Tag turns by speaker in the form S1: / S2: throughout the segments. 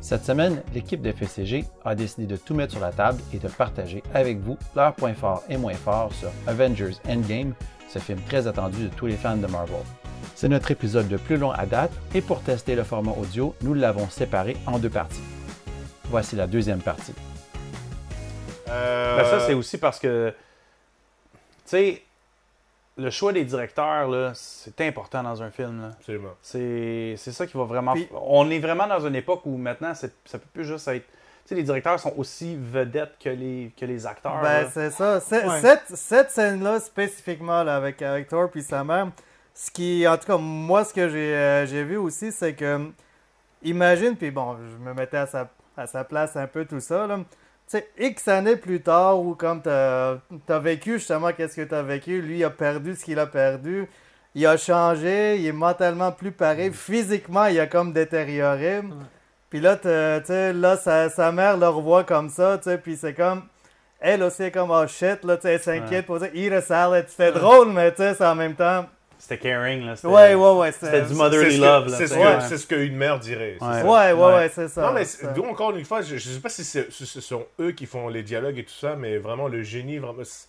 S1: Cette semaine, l'équipe de FCG a décidé de tout mettre sur la table et de partager avec vous leurs points forts et moins forts sur Avengers Endgame, ce film très attendu de tous les fans de Marvel. C'est notre épisode le plus long à date et pour tester le format audio, nous l'avons séparé en deux parties. Voici la deuxième partie.
S2: Euh,
S3: Ben, ça, c'est aussi parce que, tu sais, le choix des directeurs, là, c'est important dans un film. là.
S2: Absolument.
S3: C'est c'est ça qui va vraiment.
S2: Puis-
S3: On est vraiment dans une époque où maintenant, c'est- ça peut plus juste être. Tu sais, les directeurs sont aussi vedettes que les, que les acteurs.
S4: Ben,
S3: là.
S4: c'est ça. C'est-
S2: Ouais.
S4: Cette, cette scène-là, spécifiquement, là, avec, avec Thor puis sa mère, ce qui, en tout cas, moi, ce que j'ai euh, j'ai vu aussi, c'est que, imagine, puis bon, je me mettais à sa, à sa place un peu tout ça, là. Tu sais, X années plus tard, ou comme t'as as vécu justement qu'est-ce que t'as vécu, lui il a perdu ce qu'il a perdu, il a changé, il est mentalement plus
S2: Mm.
S4: pareil, physiquement il a comme détérioré. Puis là, t'as- tu sais, là sa, sa mère le revoit comme ça, tu sais, puis c'est comme, elle aussi est comme oh shit, là, tu sais, elle s'inquiète pour dire eat a salad. C'était drôle, mais tu sais, c'est en même temps.
S3: C'était caring. là, c'était-
S4: Ouais, ouais, ouais. c'est-
S3: C'était du motherly
S2: C'est ce que-
S3: love. là,
S2: C'est ce,
S3: tu sais,
S2: que-
S3: ouais.
S2: c'est ce qu'une mère dirait. c'est
S3: Ouais.
S2: ça.
S4: Ouais, ouais, ouais,
S3: Ouais.
S4: c'est ça.
S2: Non, mais
S4: ça.
S2: c'est- d'où encore une fois, je, ne sais pas si c'est- ce ce sont eux qui font les dialogues et tout ça, mais vraiment le génie, vraiment. c'est-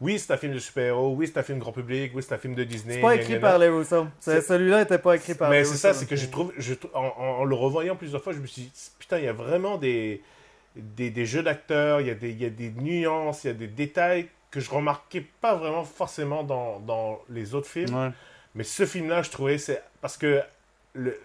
S2: Oui, c'est un film de super-héros, oui, c'est un film grand public, oui, c'est un film de Disney.
S4: C'est pas
S2: gna,
S4: écrit
S2: gna, gna.
S4: par les Rousseau. C'est-
S2: C'est-
S4: Celui-là était pas écrit par les
S2: Mais
S4: Rousseau.
S2: c'est ça, c'est que je trouve, je, trou- en, en- en le revoyant plusieurs fois, je me suis dit, putain, il y a vraiment des, des, des jeux d'acteurs, il y, a des- il y a des nuances, il y a des détails que je remarquais pas vraiment forcément dans, dans les autres films.
S3: Ouais.
S2: Mais ce film-là, je trouvais, c'est parce que le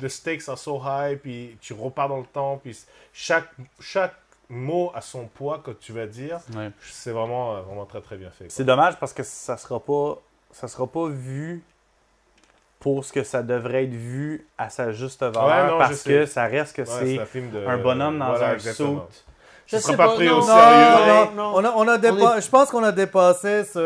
S2: the stakes are so high, puis tu repars dans le temps, puis chaque chaque mot a son poids que tu vas dire.
S3: Ouais.
S2: C'est vraiment euh, vraiment très très bien fait. quoi.
S3: C'est dommage parce que ça sera pas ça sera pas vu pour ce que ça devrait être vu à sa juste valeur
S2: Ouais, non, je
S3: parce
S2: sais.
S3: que ça reste que
S2: Ouais,
S3: c'est
S2: un film de
S3: un bonhomme dans
S2: voilà,
S3: un
S2: exactement.
S3: suit.
S2: Je
S5: Je
S2: serais
S5: sais
S2: pas
S5: pas,
S2: pris
S5: non.
S2: au
S4: Non,
S2: sérieux.
S4: non,
S5: Ouais, non.
S4: On a, on a dépa-
S5: On est-
S4: Je pense qu'on a dépassé ce,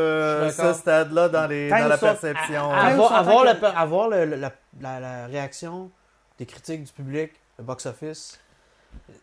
S5: Je suis
S4: ce
S5: d'accord.
S4: stade-là dans, les,
S5: Time
S4: dans la
S5: sort-
S4: perception. Ouais.
S5: À- à- Ah, avoir,
S4: Ouais.
S5: avoir le- avoir le- le- la, la- la réaction des critiques du public, le box-office,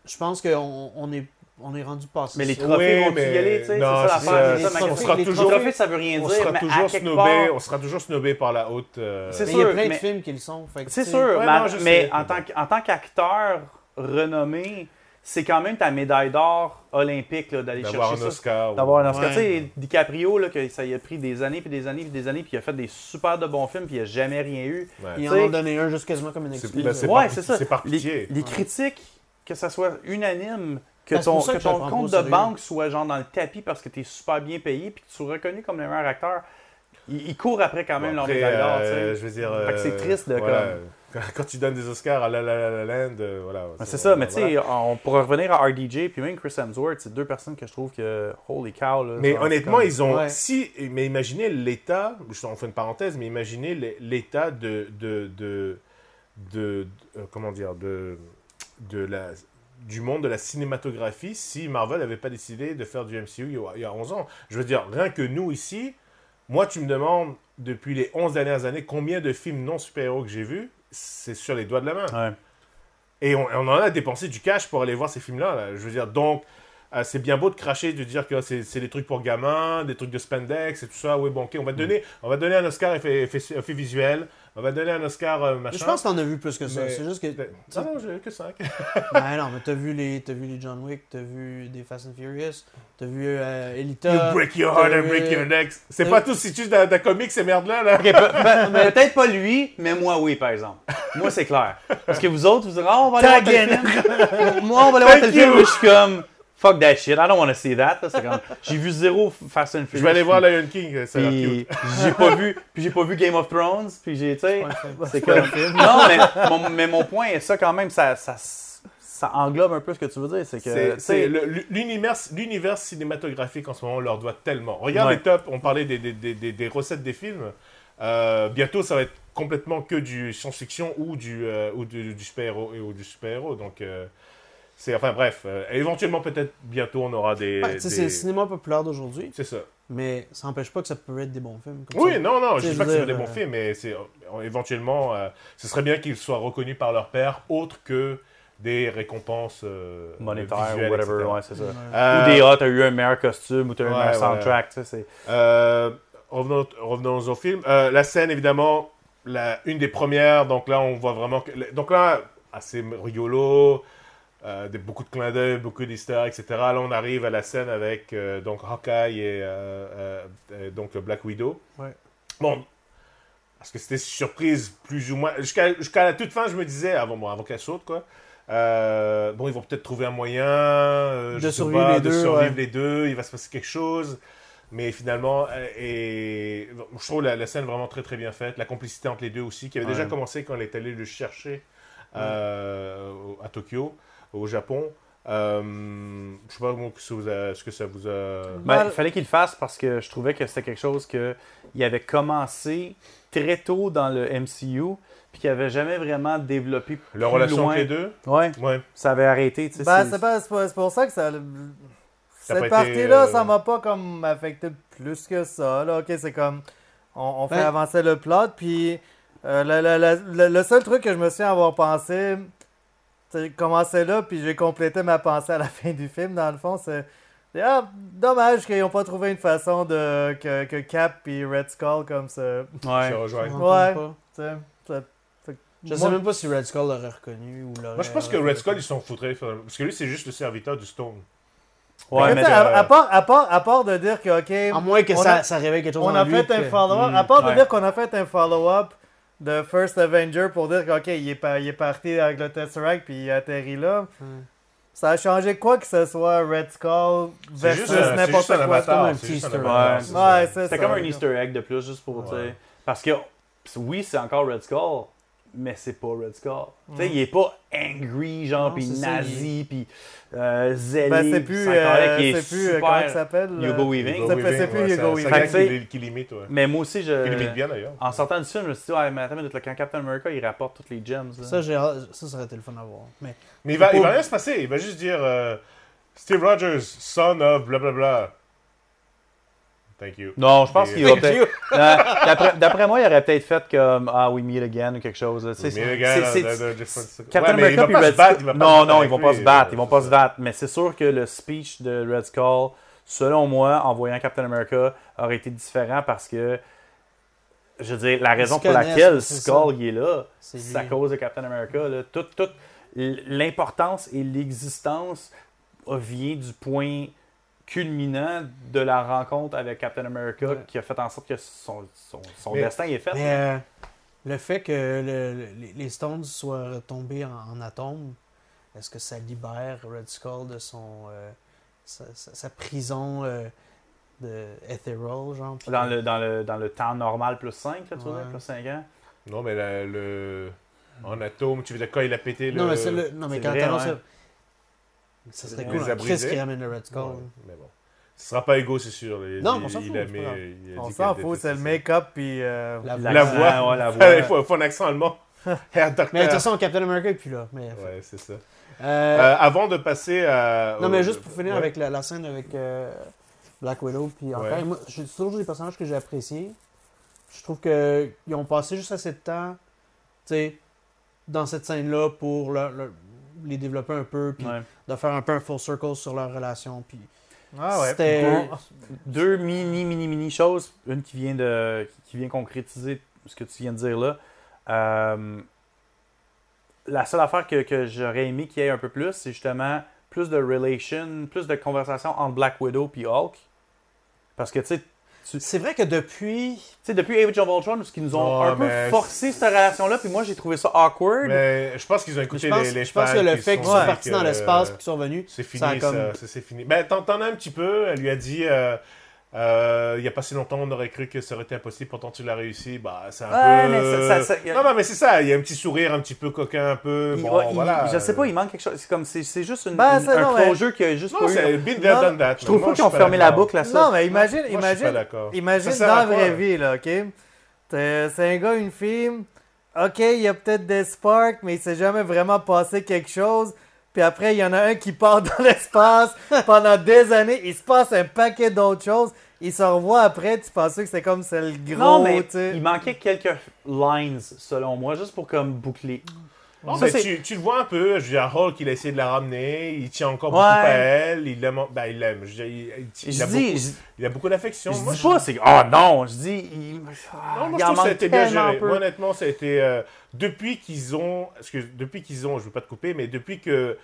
S5: je pense qu'on on est, on est rendu passé.
S3: Mais les
S5: ça.
S3: trophées
S2: Oui,
S3: vont
S2: mais-
S3: y aller, tu sais, c'est
S2: non,
S3: ça
S2: c'est
S3: l'affaire,
S5: ça,
S3: c'est ça ma
S2: on
S5: les
S3: question.
S2: sera
S5: trophées- les
S2: toujours
S3: trophées, ça veut rien
S2: on
S3: dire,
S2: sera
S3: mais à
S2: toujours
S3: quelque
S2: snobé,
S3: part-
S2: on sera toujours snobé par la haute euh,
S3: C'est
S5: Mais il y a
S3: sûr,
S5: plein de
S3: mais-
S5: films qui le sont. fait que,
S3: C'est
S5: tu sais,
S3: sûr,
S2: Ouais,
S3: ma-
S2: non, je sais.
S3: mais en tant que- en tant qu'acteur renommé, c'est quand même ta médaille d'or olympique là, d'aller
S2: d'avoir
S3: chercher
S2: un
S3: ça.
S2: Oscar. ou-
S3: D'avoir un Oscar.
S5: Ouais.
S3: Tu sais, DiCaprio, là, que ça y a pris des années, puis des années, puis des années, puis il a fait des super de bons films, puis il a jamais rien eu.
S2: Ouais.
S5: Ils en
S3: T'sais,
S5: ont donné un juste quasiment comme une
S2: C'est-
S5: excuse.
S2: ben, c'est
S5: Ouais.
S2: par-
S3: Ouais, c'est ça.
S2: c'est par
S3: Les-
S2: pitié.
S3: Les, critiques, que ça soit unanime, que
S5: Ben, c'est
S3: ton,
S5: pour ça
S3: que
S5: que je
S3: ton
S5: le prends
S3: compte de
S5: pas au sérieux.
S3: banque soit genre dans le tapis parce que tu es super bien payé puis que tu sois reconnu comme le meilleur acteur, ils, ils courent après quand même
S2: Bon,
S3: leur
S2: après,
S3: médaille d'or.
S2: euh,
S3: tu sais.
S2: Je veux dire.
S3: Fait que c'est
S2: euh,
S3: triste de
S2: voilà, quand, quand tu donnes des Oscars à La La La La Land, euh, voilà.
S3: Ben, C'est ça, mais tu
S2: voilà.
S3: sais, on pourrait revenir à RDJ puis même Chris Hemsworth, c'est deux personnes que je trouve que holy cow. Là,
S2: Mais
S3: genre,
S2: honnêtement,
S3: c'est
S2: ils ont.
S5: Ouais.
S2: Si, mais imaginez l'état, je on fait une parenthèse, mais imaginez l'é- l'état de. de, de, de- de- euh, comment dire de, de la, Du monde de la cinématographie, si Marvel n'avait pas décidé de faire du MCU il y a- il y a 11 ans. Je veux dire, rien que nous ici, moi, tu me demandes depuis les 11 dernières années combien de films non super-héros que j'ai vus, c'est sur les doigts de la main.
S3: comme- Ouais.
S2: Et on, on en a dépensé du cash pour aller voir ces films-là. là. Je veux dire, donc, euh, c'est bien beau de cracher, de dire que c'est c'est des trucs pour gamins, des trucs de spandex et tout ça. Oui, bon, ok, on va, te donner, on va te donner un Oscar effet, effet- effet visuel, on va te donner un Oscar euh,
S5: Mais
S2: machin.
S5: Je pense que t'en as vu plus que ça.
S2: Mais- ben,
S5: C'est juste que.
S2: Non, non, j'ai que 5.
S5: ben non, mais t'as vu, les- t'as vu les John Wick, t'as vu des Fast and Furious, t'as vu euh, Elita.
S2: You break your heart and
S5: euh,
S2: break your neck. C'est
S5: euh,
S2: pas tout si tu d'un d'un comic, ces merdes-là. Là.
S3: Ok, pe- pe- mais Peut-être pas lui, mais moi oui, par exemple. Moi, c'est clair. Parce que vous autres, vous direz, Ah, on va aller voir tel film. Moi, on va aller voir tel
S2: Thank
S3: film.
S2: you.
S3: mais Je suis comme, fuck that shit, I don't want to see that. là, c'est comme- J'ai vu zéro Fast and Furious.
S2: Je vais aller voir Lion King, euh, ça a l'air
S3: Puis
S2: cute.
S3: j'ai pas vu, puis j'ai pas vu Game of Thrones, puis j'ai, tu sais, c'est
S4: pas
S3: comme... Non, mais mon, mais mon point est ça quand même, ça, ça, ça englobe un peu ce que tu veux dire, c'est que,
S2: C'est- c'est
S3: tu sais,
S2: le- l'u- L'univers l'univers cinématographique en ce moment, on leur doit tellement. Regarde
S3: Ouais.
S2: les tops, on parlait des, des- des- des- des recettes des films. Euh, bientôt, ça va être complètement que du science-fiction ou du, euh, ou du, du super-héros. et- Ou du super-héros. Donc, euh, c'est. Enfin, bref. euh, éventuellement, peut-être bientôt, on aura des.
S5: Ouais, Ah, Bah, tu sais,
S2: des-
S5: C'est le cinéma populaire d'aujourd'hui,
S2: C'est ça.
S5: mais ça n'empêche pas que ça peut être des bons films. comme
S2: Oui,
S5: ça.
S2: non, non, je
S5: Tu sais,
S2: dis
S5: je
S2: pas que
S5: veux
S2: c'est des
S5: dire,
S2: bons
S5: euh,
S2: films, mais c'est euh, éventuellement, euh, ce serait bien qu'ils soient reconnus par leur père, autre que des récompenses euh,
S3: monétaire
S2: visuelles,
S3: ou whatever,
S2: etc.
S3: ouais, c'est ça.
S5: Ouais.
S2: Euh,
S3: Ou des ah, t'as eu un meilleur costume, ou t'as eu un
S2: Ouais,
S3: meilleur
S2: ouais.
S3: soundtrack, tu sais, c'est...
S2: Euh, revenons, revenons au film. Euh, la scène, évidemment, la, une des premières. Donc là, on voit vraiment. que- Donc là, à assez rigolo, euh, des- beaucoup de clins d'œil, beaucoup d'histoires, etc. Là, on arrive à la scène avec euh, donc Hawkeye et, euh, euh, et donc Black Widow.
S5: Ouais.
S2: Bon, parce que c'était surprise plus ou moins. Jusqu'à jusqu'à la toute fin, je me disais, avant, bon, avant qu'elle saute, quoi. euh, bon, ils vont peut-être trouver un moyen euh,
S5: De
S2: je sais
S5: survivre les
S2: de
S5: deux,
S2: survivre
S5: ouais.
S2: les deux, il va se passer quelque chose. Mais finalement, euh, et, bon, je trouve la, la scène vraiment très très bien faite. La complicité entre les deux aussi, qui avait déjà
S3: Ouais.
S2: commencé quand elle est allée le chercher euh, au- à Tokyo, au Japon. Euh, je sais pas moi, ce, que vous a- ce que ça vous a.
S3: Ben,
S4: Mal-
S3: il fallait qu'il le fasse parce que je trouvais que c'était quelque chose que il avait commencé très tôt dans le MCU puis qu'il avait jamais vraiment développé plus
S2: Leur relation
S3: loin.
S2: entre les deux
S3: Ouais,
S2: Ouais.
S3: ça avait arrêté. tu sais,
S4: Ben,
S3: c'est-
S4: c'est pas- c'est pas- c'est pour ça que ça.
S2: Ça a pas
S4: Cette
S2: été,
S4: partie-là,
S2: euh,
S4: ça m'a pas comme affecté plus que ça. Là. Ok, c'est comme. On, on fait
S5: Ben-
S4: avancer le plot, puis. euh, la- la- la- la- le seul truc que je me suis avoir pensé. C'est commencé là, puis j'ai complété ma pensée à la fin du film, dans le fond, c'est. c'est, Ah, dommage qu'ils n'ont pas trouvé une façon de que, que Cap et Red Skull comme ça.
S2: se
S3: ouais.
S5: Je me
S2: rejoignent.
S5: rappelle
S4: Ouais.
S5: pas.
S4: tu sais, ça- fait que
S5: Je
S4: moi-
S5: sais même pas si Red Skull l'aurait reconnu ou l'aurait-
S2: Moi, je pense que Red Skull, ils s'en foutraient. finalement. Parce que lui, c'est juste le serviteur du Stone.
S3: Ouais,
S4: Fait que,
S3: mais
S4: tu sais,
S2: euh,
S4: à, à part, à, part, à part de dire que, OK,
S5: À moins que
S4: On
S5: ça,
S4: a-
S5: ça réveille quelque chose
S4: On
S5: en
S4: a
S5: lui
S4: fait un
S2: euh,
S5: que-
S4: follow-up.
S2: mm,
S3: Hmm,
S4: à part de
S3: ouais.
S4: dire qu'on a fait un follow-up de First Avenger pour dire que, OK, il est, pa- il est parti avec le Tesseract puis il a atterri là.
S5: Hmm.
S4: Ça a changé quoi que ce soit Red Skull
S2: C'est
S4: versus
S2: juste, un- c'est
S4: n'importe
S2: juste un
S4: quoi.
S5: comme un
S2: avatar.
S5: petit
S2: C'est juste un
S5: Easter egg.
S2: avatar.
S3: Ouais.
S2: c'est ça.
S4: Ouais, c'est ça.
S3: C'était comme un Easter egg de plus juste pour tu
S2: Ouais.
S3: sais, parce que oui, c'est encore Red Skull, mais c'est pas Red Skull. Tu sais,
S4: Mm.
S3: il est pas angry genre
S5: Non,
S3: puis
S5: c'est ça,
S3: nazi puis euh, zélé.
S4: Ben, c'est
S3: puis
S4: plus,
S3: c'est encore là
S4: euh,
S3: qu'il est
S4: c'est plus, euh,
S3: super
S4: comment il s'appelle euh,
S3: Hugo Weaving.
S4: Ça fait- c'est plus
S2: ouais,
S4: Hugo
S2: ça-
S4: Weaving. euh,
S2: ça
S3: Fait que,
S2: gagne qui limite, ouais.
S3: Mais moi aussi
S2: Qui limite
S3: je
S2: bien d'ailleurs.
S4: ah,
S3: en sortant du film, je me suis dit ah mais attends une minute, là, quand Captain America, il rapporte toutes les gems là.
S5: Ça, j'ai... ça, ça aurait été le fun à voir. Mais
S2: Mais il va,
S5: Pour-
S2: il va rien se passer. Il va juste dire euh, Steve Rogers, son of blablabla. Thank you.
S3: Non, je pense
S2: Et-
S3: qu'il va peut-être. Non, d'après- D'après moi, il aurait peut-être fait comme Ah, we meet again ou quelque chose. là, tu sais,
S2: Mais
S3: c'est-
S2: le gars,
S3: c'est-
S2: là,
S3: c'est-
S2: de- de- de-
S3: Captain
S2: Ouais, mais il va
S3: America puis
S2: pas se
S3: Red
S2: battre,
S3: Skull-
S2: il va pas
S3: Non,
S2: se battre
S3: non,
S2: avec
S3: ils vont
S2: lui,
S3: pas se battre. Ils
S2: euh,
S3: vont pas se
S2: ça.
S3: battre. Mais c'est sûr que le speech de Red Skull, selon moi, en voyant Captain America, aurait été différent parce que, je veux dire, la raison
S5: se
S3: pour
S5: connaissent,
S3: laquelle
S5: c'est
S3: Skull
S5: ça.
S3: il est là,
S5: c'est
S3: c'est à
S5: lui.
S3: cause de Captain America. là. Toute, toute l'importance et l'existence vient du point culminant de la rencontre avec Captain America
S5: Ouais.
S3: qui a fait en sorte que son, son- son
S2: Mais-
S3: destin est fait.
S5: Mais euh, le fait que le- le- les- les Stones soient retombés en, en atomes, est-ce que ça libère Red Skull de son euh, sa, sa- sa prison euh, de ethereal, genre puis
S3: dans,
S5: que-
S3: le, dans, le, dans le temps normal, plus 5, là, tu vois,
S5: Ouais.
S3: plus 5 ans.
S2: Non, mais la- le. En atome, tu veux dire quand il a pété le.
S5: Non, mais, c'est le... non, mais
S3: c'est
S5: quand
S3: vrai,
S5: Thanos...
S3: ouais.
S5: Ça serait
S2: Les
S5: cool,
S2: a
S5: hein. Chris
S2: brisés.
S5: qui ramène le Red Skull.
S2: Ouais, mais bon. Ce sera pas Hugo, c'est sûr. Il-
S5: Non,
S2: il-
S5: on s'en fout,
S2: il a
S5: c'est
S2: mis- euh,
S5: pas grave.
S2: il a
S4: On
S2: dit
S4: s'en
S2: qu'il
S4: fout,
S2: détestait
S4: c'est le
S2: ça.
S4: make-up puis. euh,
S5: La-
S2: La
S3: L'accent,
S2: voix.
S3: ouais, la
S2: Il
S3: voix.
S2: faut, faut un accent allemand. Herr Docteur.
S5: Mais de toute façon, Captain America est plus là. Mais...
S2: Euh. Ouais, c'est ça.
S5: Euh,
S2: Euh, avant de passer à.
S5: Non,
S2: au-
S5: mais juste pour finir
S2: Ouais.
S5: avec la, la scène avec euh, Black Widow, puis encore,
S2: Ouais.
S5: moi, c'est toujours des personnages que j'ai appréciés. Je trouve que ils ont passé juste assez de temps, tu sais, dans cette scène-là pour le- le- les développer un peu, puis
S3: Ouais.
S5: de faire un peu un full circle sur leur relation. Puis
S4: Ah ouais.
S5: c'était
S3: Bon. Deux mini, mini, mini choses. Une qui vient, de, qui vient concrétiser ce que tu viens de dire là. Euh, la seule affaire que, que j'aurais aimé qu'il y ait un peu plus, c'est justement plus de relation, plus de conversation entre Black Widow puis Hulk. Parce que, tu sais,
S5: C'est vrai que depuis.
S3: tu sais, depuis Age of Ultron, ce qu'ils nous ont
S2: Ouais,
S3: un peu
S2: Ah, mais-
S3: forcé cette relation-là, puis moi j'ai trouvé ça awkward.
S2: Mais je pense qu'ils ont
S5: Je
S2: écouté
S5: pense,
S2: les, les
S5: je pense
S2: fans
S5: que le
S2: qui
S5: fait qu'ils
S2: sont
S5: sont
S2: dit
S5: partis
S2: que,
S5: dans l'espace
S2: euh,
S5: puis qu'ils sont venus.
S2: C'est fini,
S5: Ça a
S2: ça,
S5: comme-
S2: ça, c'est fini. Ben, t'en- t'en as un petit peu. Elle lui a dit, euh, euh, il n'y a pas si longtemps, on aurait cru que ça aurait été impossible, pourtant tu l'as réussi. Bah, c'est un
S3: Ouais,
S2: peu...
S3: mais ça- ça- ça-
S2: Non, non, mais c'est ça. Il y a un petit sourire, un petit peu coquin, un peu...
S3: Il-
S2: euh, bon,
S3: il-
S2: voilà.
S3: Je sais pas, il manque quelque chose. C'est comme c'est c'est juste une,
S4: Ben,
S3: une-
S4: ça,
S3: un
S4: non,
S3: closure qui a juste
S2: Non,
S3: pas eu.
S2: c'est been there,
S4: Non,
S2: done that.
S3: Je trouve
S2: Moi,
S3: pas
S2: je
S3: qu'ils ont
S2: suis
S3: fermé la
S2: d'accord.
S3: boucle à ça.
S4: Non, mais imagine,
S2: Moi, je suis pas
S4: imagine,
S2: d'accord. Ça
S4: imagine
S2: sert
S4: dans
S2: à
S4: la
S2: quoi,
S4: vraie
S2: là?
S4: vie, là, OK? T'es- C'est un gars, une fille. OK, il y a peut-être des sparks, mais il s'est jamais vraiment passé quelque chose. Puis après, il y en a un qui part dans l'espace pendant des années. Il se passe un paquet d'autres choses. Il se revoit après. Tu pensais que c'est comme c'est le gros,
S3: Non, mais
S4: tu sais.
S3: il manquait quelques lines, selon moi, juste pour comme boucler.
S2: Non,
S3: Ça,
S2: mais
S3: c'est-
S2: tu, tu le vois un peu, je veux dire, Hulk, il a essayé de la ramener, il tient encore
S3: Ouais.
S2: beaucoup à elle, il l'aime, en- bah, il l'aime, je veux dire, il, il- il
S3: Je
S2: a
S3: dis,
S2: beaucoup,
S3: je-
S2: il a beaucoup d'affection.
S3: je
S2: Moi,
S3: dis pas, c'est que, oh non, je dis, il, ah,
S2: Non, moi, je trouve
S3: il en
S2: que ça a
S3: manque
S2: été bien
S3: tellement
S2: géré.
S3: peu.
S2: Moi, honnêtement, ça a été. euh, depuis qu'ils ont. Parce que depuis qu'ils ont. Je veux pas te couper, mais depuis que.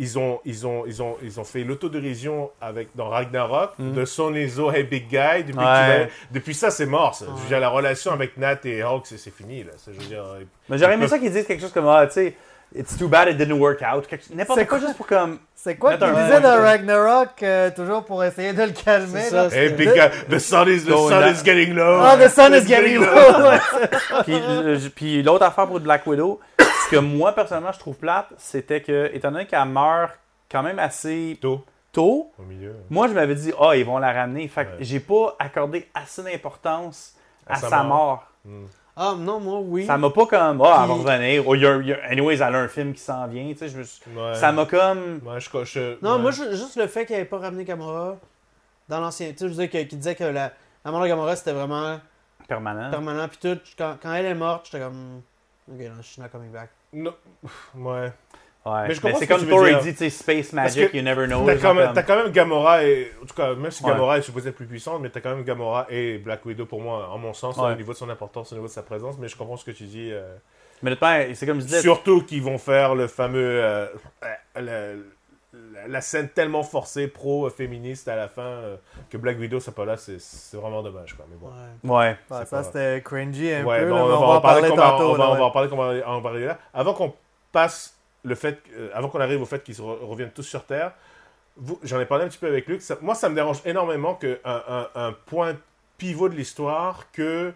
S2: Ils ont, ils, ont, ils, ont, ils ont fait l'autodérision avec, dans Ragnarok de Son Ezo Hey Big Guy. Depuis, que tu
S3: Hmm. Ouais.
S2: vas- depuis ça, c'est mort. ça. Je veux
S5: Ouais.
S2: dire, la relation avec Nat et Hawk, c'est c'est fini. Là. C'est- Je veux dire, euh,
S3: Mais j'aurais aimé ça qu'ils disent quelque chose comme, ah, tu sais, it's too bad it didn't work out. Quelque- N'importe
S4: C'est
S3: quoi, juste pour comme.
S4: C'est quoi
S3: Mettre
S4: qu'il
S3: un-
S4: disait dans
S3: ouais.
S4: Ragnarok, euh, toujours pour essayer de le calmer?
S5: C'est
S4: là?
S5: ça,
S2: Hey Big Guy, the sun is, the
S3: Going
S2: sun
S3: down.
S2: is getting low.
S4: Ah, the sun is getting low!
S3: Puis, le- je- puis l'autre affaire pour Black Widow, ce que moi, personnellement, je trouve plate, c'était que, étant donné qu'elle meurt quand même assez
S2: Tôt,
S3: tôt,
S2: au milieu.
S3: moi, je m'avais dit, ah, ils vont la ramener. Fait que
S2: Ouais.
S3: j'ai pas accordé assez d'importance à, sa, mort.
S5: Ah non, moi, oui.
S3: Ça m'a pas comme, ah, elle
S5: Puis-
S3: va revenir. Oh, il y a- il y a- anyways, elle a un film qui s'en vient. Tu sais, je me suis-
S2: Ouais.
S3: Ça m'a comme.
S2: Ouais, je, je-
S5: Non,
S2: ouais.
S5: moi, ju- juste le fait qu'il n'avait pas ramené Gamora dans l'ancien. Tu sais, je veux dire, que- qu'il disait que la, la mort de Gamora, c'était vraiment
S3: Permanent.
S5: permanent. Puis tout, quand, quand elle est morte, j'étais comme. Ok, non, she's not coming back.
S2: Non. Ouais.
S3: Ouais.
S2: Mais je
S3: Mais
S2: comprends
S3: c'est
S2: ce que
S3: comme
S2: tu veux
S3: Thor il
S2: dire.
S3: dit, tu sais, Space
S2: Parce
S3: Magic,
S2: que
S3: you never
S4: Ah
S3: know.
S2: T'as
S3: genre
S2: quand, même-
S3: comme-
S2: t'as quand même Gamora et. En tout cas, même si
S3: Ouais.
S2: Gamora est supposée être plus puissante, mais t'as quand même Gamora et Black Widow pour moi, en mon sens,
S3: Ouais.
S2: au niveau de son importance, au niveau de sa présence, mais je comprends ce que tu dis. euh,
S3: Mais le père, c'est comme je disais.
S2: Surtout qu'ils vont faire le fameux. euh, euh, le- la, la scène tellement forcée pro-féministe à la fin euh, que Black Widow soit pas là, c'est c'est vraiment dommage quoi. Mais bon.
S5: Ouais.
S3: Ouais.
S4: Bah,
S2: C'est
S4: ça,
S2: pas-
S4: c'était cringy un
S2: Ouais,
S4: peu,
S2: bon,
S4: là, mais
S2: on,
S4: on,
S2: va
S4: va
S2: en parler,
S4: parler
S2: qu'on va-
S4: tantôt.
S2: on va-
S4: là,
S2: on
S4: ouais.
S2: va en parler, qu'on va en parler là. Avant qu'on passe le fait, euh, avant qu'on arrive au fait qu'ils se re- reviennent tous sur Terre, vous- j'en ai parlé un petit peu avec Luc. ça- moi, ça me dérange énormément que un, un- un point pivot de l'histoire que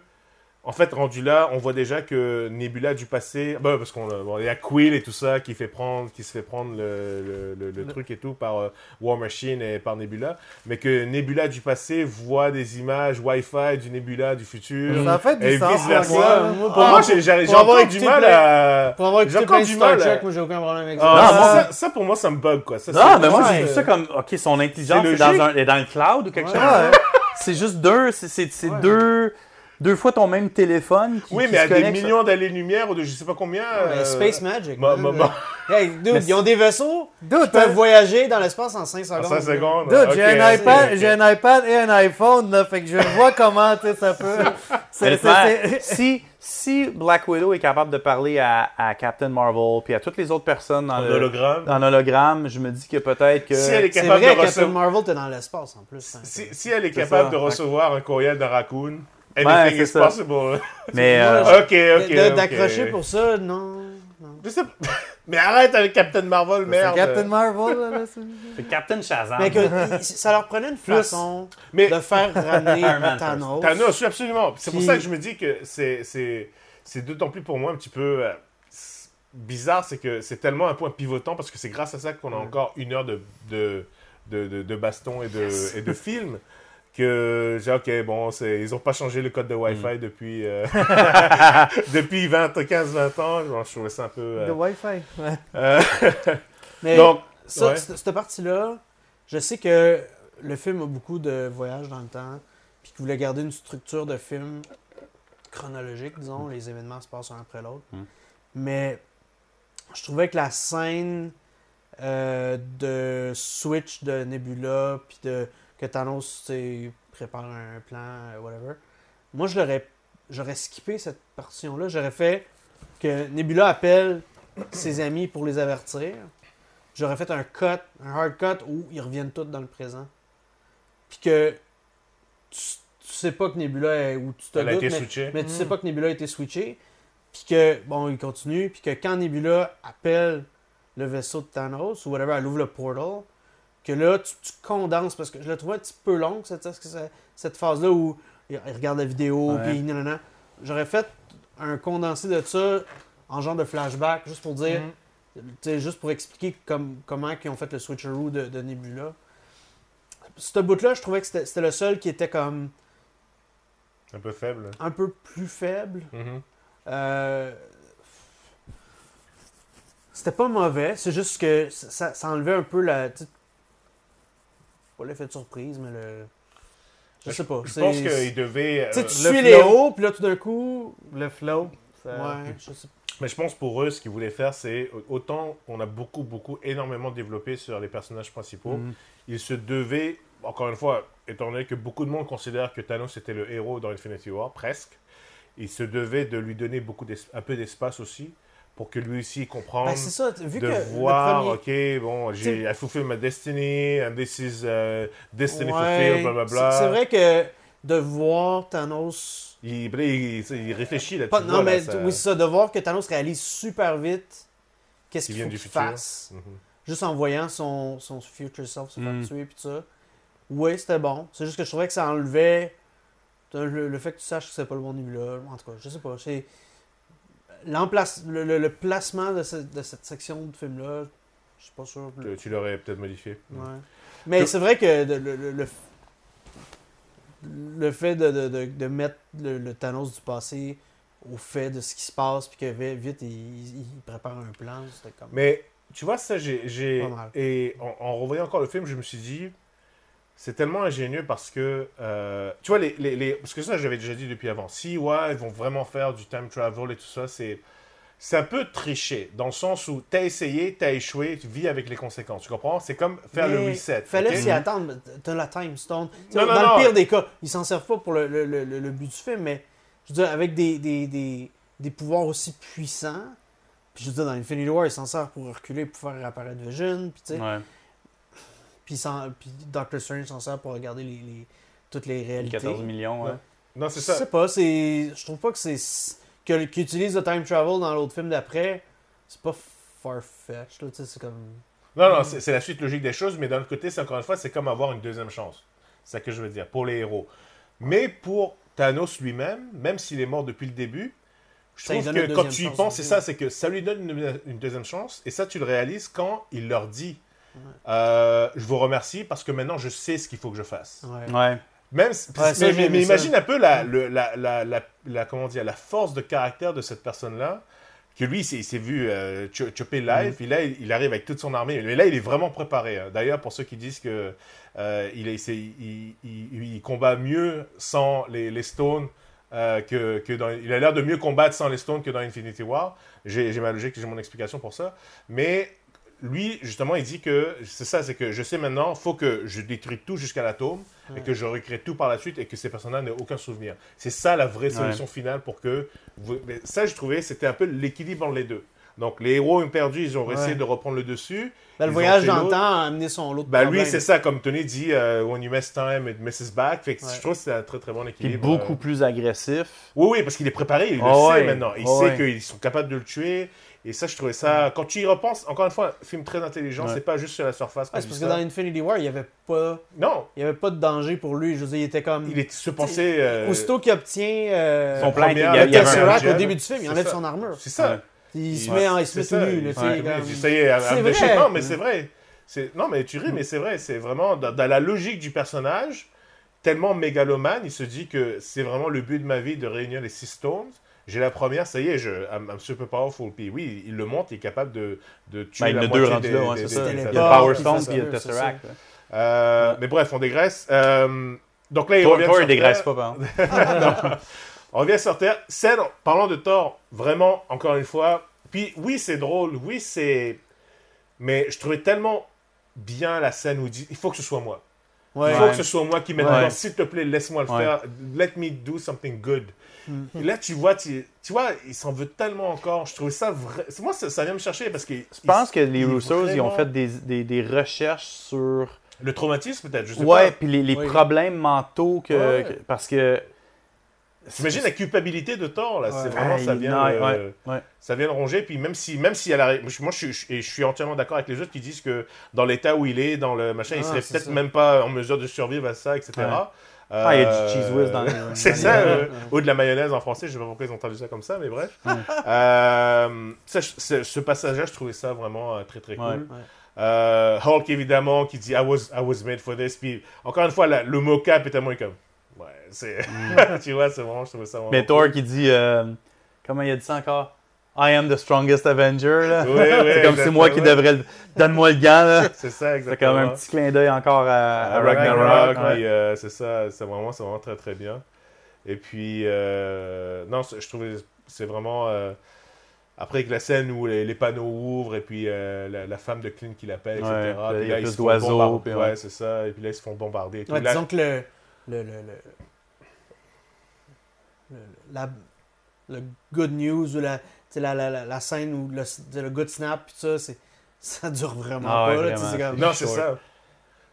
S2: en fait, rendu là, on voit déjà que Nebula du passé, ben, parce qu'on a- bon, il y a Quill et tout ça qui fait prendre, qui se fait prendre le, le- le- le truc et tout par euh, War Machine et par Nebula, mais que Nebula du passé voit des images Wi-Fi du Nebula du futur.
S4: Ça fait du
S2: Et
S4: sens.
S2: vice-versa.
S4: ouais.
S5: Ouais, moi,
S2: Pour
S5: pour
S2: moi,
S5: moi,
S2: j'ai j'ai- j'ai
S5: pour avoir
S2: encore eu du
S5: écouté
S2: mal à.
S5: Pour avoir écouté
S2: J'ai encore
S5: plein de
S2: du
S5: Star
S2: mal à-
S5: Trek, moi, j'ai aucun problème avec
S2: Ah,
S5: ça.
S3: non,
S2: ça,
S3: moi-
S2: ça- ça, pour moi, ça me bug, quoi. Ça,
S3: Non,
S2: c'est-
S3: mais moi,
S2: ça,
S3: j'ai vu
S2: Ah, c'est-
S3: ça comme, OK, son intelligence
S2: C'est
S3: est dans,
S2: logique.
S3: un, est dans le cloud ou quelque
S5: Ouais.
S3: chose.
S4: Ouais.
S3: C'est juste deux, c'est- c'est c'est deux, deux fois ton même téléphone qui,
S2: Oui,
S3: qui
S2: mais
S3: se
S2: à des
S3: connecte.
S2: millions d'années-lumière ou de je sais pas combien.
S5: Mais
S2: euh,
S5: Space Magic.
S2: ma-
S5: là,
S2: ma-
S5: là.
S2: ma-
S5: Hey, dude,
S3: Mais
S5: ils ont des vaisseaux
S4: Dude,
S5: qui peuvent
S4: t'as-
S5: voyager dans l'espace en 5 secondes.
S2: en cinq secondes.
S4: Dude,
S2: Ok,
S4: j'ai un
S2: ok,
S4: iPad,
S2: ok.
S4: j'ai un iPad et un iPhone, là, fait que je vois comment, tu sais, ça peut. C'est,
S3: Honnêtement,
S4: c'est- c'est-
S3: si, si Black Widow est capable de parler à, à Captain Marvel puis à toutes les autres personnes dans,
S2: En
S3: le,
S2: hologramme.
S3: dans l'hologramme, je me dis que peut-être que.
S2: Si elle est
S5: euh, C'est
S2: capable
S5: vrai,
S2: de
S5: Captain
S2: recevoir.
S5: Marvel, t'es dans l'espace en plus. hein.
S2: Si, si elle est
S3: C'est
S2: capable
S3: ça.
S2: de recevoir un courriel d'un raccoon,
S3: Ouais,
S2: anything
S3: c'est
S2: is
S3: ça.
S2: possible.
S3: Mais
S5: Moi,
S3: euh,
S5: je-
S2: ok, ok.
S5: De- de-
S2: ok.
S5: D'accrocher pour ça, non. non.
S2: Je sais pas. Mais arrête avec Captain Marvel,
S4: c'est
S2: merde.
S4: Captain Marvel, là, là, c'est-
S3: c'est Captain Shazam.
S5: Mais
S2: Ah,
S5: que, i- ça leur prenait une façon
S2: Mais-
S5: de faire ramener
S3: Iron Man
S5: Thanos.
S2: Thanos, oui, absolument. C'est pour
S5: Qui-
S2: ça que je me dis que c'est- c'est c'est d'autant plus pour moi un petit peu euh, s- bizarre, c'est que c'est tellement un point pivotant parce que c'est grâce à ça qu'on a encore une heure de, de, de, de- de baston et de, et de film. Que j'ai ok, bon, c'est- ils ont pas changé le code de
S5: Mm.
S2: Wi-Fi depuis, euh, depuis 20, 15, 20 ans. Genre, je trouvais ça un peu. euh,
S4: le Wi-Fi. ouais.
S2: euh,
S5: Mais
S2: donc,
S5: ça,
S2: ouais.
S5: cette, cette partie-là, je sais que le film a beaucoup de voyages dans le temps, puis qu'il voulait garder une structure de film chronologique, disons, les événements se passent un après l'autre.
S3: Mm.
S5: Mais je trouvais que la scène euh, de switch de Nebula, puis de que Thanos tu sais, prépare un plan, euh, whatever. Moi, je l'aurais, j'aurais skippé cette partition-là. J'aurais fait que Nebula appelle ses amis pour les avertir. J'aurais fait un cut, un hard cut où ils reviennent tous dans le présent. Puis que tu, tu sais pas que Nebula est, ou tu te
S2: elle a
S5: doutes,
S2: été
S5: mais-
S2: switchée.
S5: mais tu sais pas que Nebula a été switché. Puis que, bon, il continue. Puis que quand Nebula appelle le vaisseau de Thanos ou whatever, elle ouvre le portal, que là, tu, tu condenses. Parce que je le trouvais un petit peu long, cette, cette- cette phase-là où il, il regarde la vidéo.
S3: Ouais.
S5: Puis nanana. J'aurais fait un condensé de ça en genre de flashback, juste pour dire. tu sais, Juste pour expliquer comme, comment ils ont fait le switcheroo de, de Nebula. Ce bout-là, je trouvais que c'était c'était le seul qui était comme
S2: Un peu faible.
S5: un peu plus faible.
S2: Mhm.
S5: Euh, C'était pas mauvais, c'est juste que ça- ça, ça enlevait un peu la. tu sais, Pas l'effet de surprise, mais le. Je sais pas.
S2: Ben, Je
S5: c'est-
S2: pense
S5: c'est-
S2: qu'il devait.
S5: Tu sais,
S2: euh,
S5: tu
S4: le
S5: suis les
S4: flow.
S5: hauts, puis là tout d'un coup.
S4: Le flow. ça-
S5: Ouais, euh, je sais pas.
S2: Mais je pense pour eux, ce qu'ils voulaient faire, c'est autant on a beaucoup, beaucoup, énormément développé sur les personnages principaux,
S3: Mhm.
S2: ils se devaient, encore une fois, étant donné que beaucoup de monde considère que Thanos était le héros dans Infinity War, presque, ils se devaient de lui donner beaucoup d'es- un peu d'espace aussi pour que lui aussi comprenne.
S5: Ben, c'est ça, t- vu
S2: de
S5: que
S2: voir,
S5: le premier...
S2: ok, bon, j'ai I fulfilled my destiny, and this is uh, destiny
S5: Ouais,
S2: fulfilled, blablabla.
S5: c'est- C'est vrai que de voir Thanos...
S2: Il, il, il- il réfléchit là-dessus.
S5: Pas- non, mais oui, c'est ça, de voir que Thanos réalise super vite qu'est-ce
S2: Il
S5: qu'il
S2: vient
S5: faut
S2: du
S5: qu'il
S2: futur.
S5: fasse. juste en voyant son, son future self se faire tuer puis tout ça. Oui, c'était bon. C'est juste que je trouvais que ça enlevait le, le fait que tu saches que c'est pas le bon niveau-là. En tout cas, je sais pas. C'est l'emplace- le, le- le placement de, ce- de cette section de film-là, je suis pas sûr.
S2: Tu, tu l'aurais peut-être modifié.
S5: Ouais. Mais c'est vrai que de- le, le- le f- le fait de, de- de- de mettre le, le Thanos du passé au fait de ce qui se passe, puis que vi- vite, il, il- il prépare un plan, c'était comme...
S2: Mais tu vois, ça, j'ai. j'ai
S5: Pas mal.
S2: et en, en revoyant encore le film, je me suis dit, c'est tellement ingénieux parce que. euh, tu vois, les, les, les- parce que ça, j'avais déjà dit depuis avant. Si, ouais, ils vont vraiment faire du time travel et tout ça, c'est. C'est un peu triché, dans le sens où t'as essayé, t'as échoué, tu vis avec les conséquences. Tu comprends C'est comme faire le
S5: Mais
S2: reset.
S5: Fallait
S2: ok
S5: s'y attendre. mais T'as la Time Stone. Tu sais,
S2: Non, non,
S5: dans
S2: non.
S5: le pire des cas, ils s'en servent pas pour le, le- le- le- le but du film, mais je veux dire, avec des, des, des- des pouvoirs aussi puissants, puis je veux dire, dans Infinity War, ils s'en servent pour reculer, pour faire apparaître Vision, puis tu sais,
S3: Ouais.
S5: puis, ils s'en- puis Doctor Strange s'en sert pour regarder les, les- toutes les
S3: Les
S5: réalités.
S3: 14 millions, ouais.
S2: Ouais. Non,
S5: Je
S2: c'est ça.
S5: sais pas, c'est... Je trouve pas que c'est... que- Qu'ils utilisent le time travel dans l'autre film d'après, c'est pas far-fetched, là, tu sais, c'est comme...
S2: Non, non, c'est c'est la suite logique des choses, mais d'un autre côté, c'est encore une fois, c'est comme avoir une deuxième chance. C'est ça que je veux dire, pour les héros. Mais pour Thanos lui-même, même s'il est mort depuis le début, je
S5: Ça lui
S2: trouve
S5: donne
S2: que
S5: une
S2: quand
S5: deuxième
S2: tu y
S5: chance,
S2: penses, c'est
S5: oui.
S2: ça, c'est que ça lui donne une, une deuxième chance, et ça, tu le réalises quand il leur dit
S5: Ouais.
S2: euh, Je vous remercie parce que maintenant, je sais ce qu'il faut que je fasse.
S5: Ouais.
S3: Ouais.
S2: Même si-
S5: Ouais, ça,
S2: mais,
S5: j'ai
S2: mais-
S5: aimé
S2: mais
S5: ça.
S2: imagine un peu la, le- la, la, la, la- comment dire, la force de caractère de cette personne-là, que lui, il s'est- il s'est vu euh, cho- choper live, puis là, il, il arrive avec toute son armée, mais là, il est vraiment préparé. hein. D'ailleurs, pour ceux qui disent que euh, il, est- c'est- il, il- il combat mieux sans les, les stones, euh, que, que dans, il a l'air de mieux combattre sans les stones que dans Infinity War. J'ai j'ai ma logique, j'ai mon explication pour ça. Mais lui, justement, il dit que c'est ça, c'est que je sais maintenant, faut que je détruis tout jusqu'à l'atome et que je recrée tout par la suite et que ces personnes-là n'aient aucun souvenir. C'est ça la vraie solution finale pour que. vous- mais ça, je trouvais, c'était un peu l'équilibre entre les deux. Donc, les héros ont perdu, ils ont essayé
S5: Ouais. Ah
S2: de reprendre le dessus. Ils
S5: Ben, le
S2: ont
S5: voyage
S2: fait
S5: dans le
S2: l'autre.
S5: temps a amené son lot de
S2: Bah, lui,
S5: problèmes.
S2: c'est ça, comme Tony dit, euh, when you mess time, it messes back. Fait que
S5: Ouais.
S2: je trouve que c'est un très très bon
S3: Puis
S2: équilibre.
S3: beaucoup
S2: euh.
S3: plus agressif.
S2: Oui, oui, parce qu'il est préparé, il le
S3: Ah
S2: sait
S3: ouais,
S2: maintenant. Il
S3: ah
S2: sait
S3: ouais. Mm.
S2: qu'ils sont capables de le tuer. Et ça, je trouvais ça. Quand tu y repenses, encore une fois, un film très intelligent,
S3: Ouais.
S2: c'est pas juste sur la surface. qu'on
S5: Ouais, Ah, c'est
S2: dit
S5: parce que
S2: ça.
S5: dans Infinity War, il n'y avait pas,
S2: Non,
S5: il y avait pas de danger pour lui. Je veux dire, il était comme.
S2: il est se penser. euh,
S5: Aussitôt qu'il obtient euh,
S3: Son plan,
S2: première-
S3: il y a-
S5: le
S3: il y avait un
S5: Tesseract au
S2: gel.
S5: début du film, il
S2: C'est
S5: enlève
S2: ça.
S5: son armure.
S2: C'est ça.
S5: Il se
S2: Ouais,
S5: met, en, il se
S2: c'est
S5: met tout
S2: ça,
S5: nu.
S2: il
S5: là, tu
S2: fait-
S5: sais, comme-
S2: Ça y est, à- à-
S5: C'est
S2: de-
S5: vrai. Mm.
S2: Non, mais c'est vrai. C'est- Non, mais tu ris, mais c'est vrai. C'est vraiment dans, dans la logique du personnage, tellement mégalomane, il se dit que c'est vraiment le but de ma vie de réunir les six stones. J'ai la première, ça y est, je, I'm, I'm super powerful. Puis oui, il le montre, il est capable de, de tuer
S3: Ben, il y en
S2: la
S3: a deux
S2: moitié
S3: rendus
S2: des-
S3: là,
S2: des-
S3: ouais, c'est
S2: des-
S3: ça.
S2: des-
S3: Il y a
S5: téléports,
S3: Power
S5: puis
S3: Stone
S5: ça,
S3: puis il y a
S5: ça, ça.
S3: Tesseract. ouais.
S2: Euh,
S3: Ouais.
S2: Mais bref, on dégraisse. Euh, donc là, il
S3: Thor,
S2: revient
S3: Thor,
S2: sur
S3: il dégraisse
S2: Terre.
S3: pas, par exemple.
S2: On revient sur Terre. Scène, parlant de Thor, vraiment, encore une fois. Puis oui, c'est drôle, oui, c'est. Mais je trouvais tellement bien la scène où il dit il faut que ce soit moi.
S5: Ouais.
S2: Il faut
S3: Ouais.
S2: que ce soit moi qui mette
S3: Ouais.
S2: dedans. S'il te plaît, laisse-moi le
S3: Ouais. Hmm.
S2: faire. Let me do something good. Et là, tu vois, tu, tu vois, il s'en veut tellement encore. Je trouvais ça vrai. Moi, ça, ça vient me chercher parce que.
S3: Je pense que les
S2: il-
S3: Russos, ils ont
S2: vraiment-
S3: fait des, des, des recherches sur.
S2: Le traumatisme, peut-être, je sais
S3: Ouais,
S2: pas.
S3: puis les, les
S5: Oui.
S3: problèmes mentaux que.
S2: Ouais.
S3: que- parce que.
S2: J'imagine la culpabilité de Thor, là. C'est
S5: Ouais.
S2: vraiment, ça
S3: Aïe,
S2: vient.
S3: non,
S2: euh,
S3: ouais, ouais.
S2: ça vient le ronger. Puis même si, même si elle a, moi, je suis, je- et je suis entièrement d'accord avec les autres qui disent que dans l'état où il est, dans le machin, il
S5: Ah,
S2: serait
S5: c'est
S2: peut-être
S5: ça.
S2: même pas en mesure de survivre à ça, etc.
S3: Ouais.
S2: Euh,
S3: Ah, il y a du cheese whiz dans les.
S2: C'est
S3: dans les-
S2: ça,
S5: Ouais.
S2: euh, ou de la mayonnaise en français, je sais pas pourquoi ils ont traduit ça comme ça, mais bref. Euh, ça, je- ce, ce passage-là, je trouvais ça vraiment euh, très très cool.
S3: Ouais.
S2: Euh, Hulk, évidemment, qui dit I was, I was made for this. Puis encore une fois, la- le mocap est tellement comme. Ouais, c'est. tu vois, c'est vraiment, je trouvais ça vraiment.
S3: Mm. Mais Thor qui dit. euh, comment il a dit ça encore I am the strongest Avenger, là.
S2: Ouais, ouais,
S3: c'est comme c'est moi qui
S2: exactement.
S3: devrais le. Donne-moi le gant, là.
S2: C'est ça,
S3: C'est
S2: exactement.
S3: comme un petit clin d'œil encore à, à Ragnarok.
S2: Ragnarok,
S3: ouais.
S2: puis, euh, c'est ça, c'est vraiment, c'est vraiment très très bien. Et puis, euh, non, c'est- je trouvais, c'est vraiment. euh, Après, avec la scène où les, les panneaux ouvrent et puis euh, la, la femme de Clint qui l'appelle, etc.
S3: Ouais, puis là,
S2: Puis
S3: il y a
S2: là, ils
S3: plus
S2: se font
S3: d'oiseaux,
S2: bombarder.
S3: puis
S2: ouais,
S3: ouais.
S2: c'est ça. Et puis là, ils se font bombarder. Et tout.
S5: Ouais,
S2: Là,
S5: disons que le. le, le, le- le- la, le good news ou la, tu sais, la, la, la, la scène ou le, le good snap, pis ça, c'est, ça dure vraiment
S3: Ah ouais,
S5: pas. là, tu sais, c'est
S3: vraiment.
S5: comme-
S2: Non, c'est ça.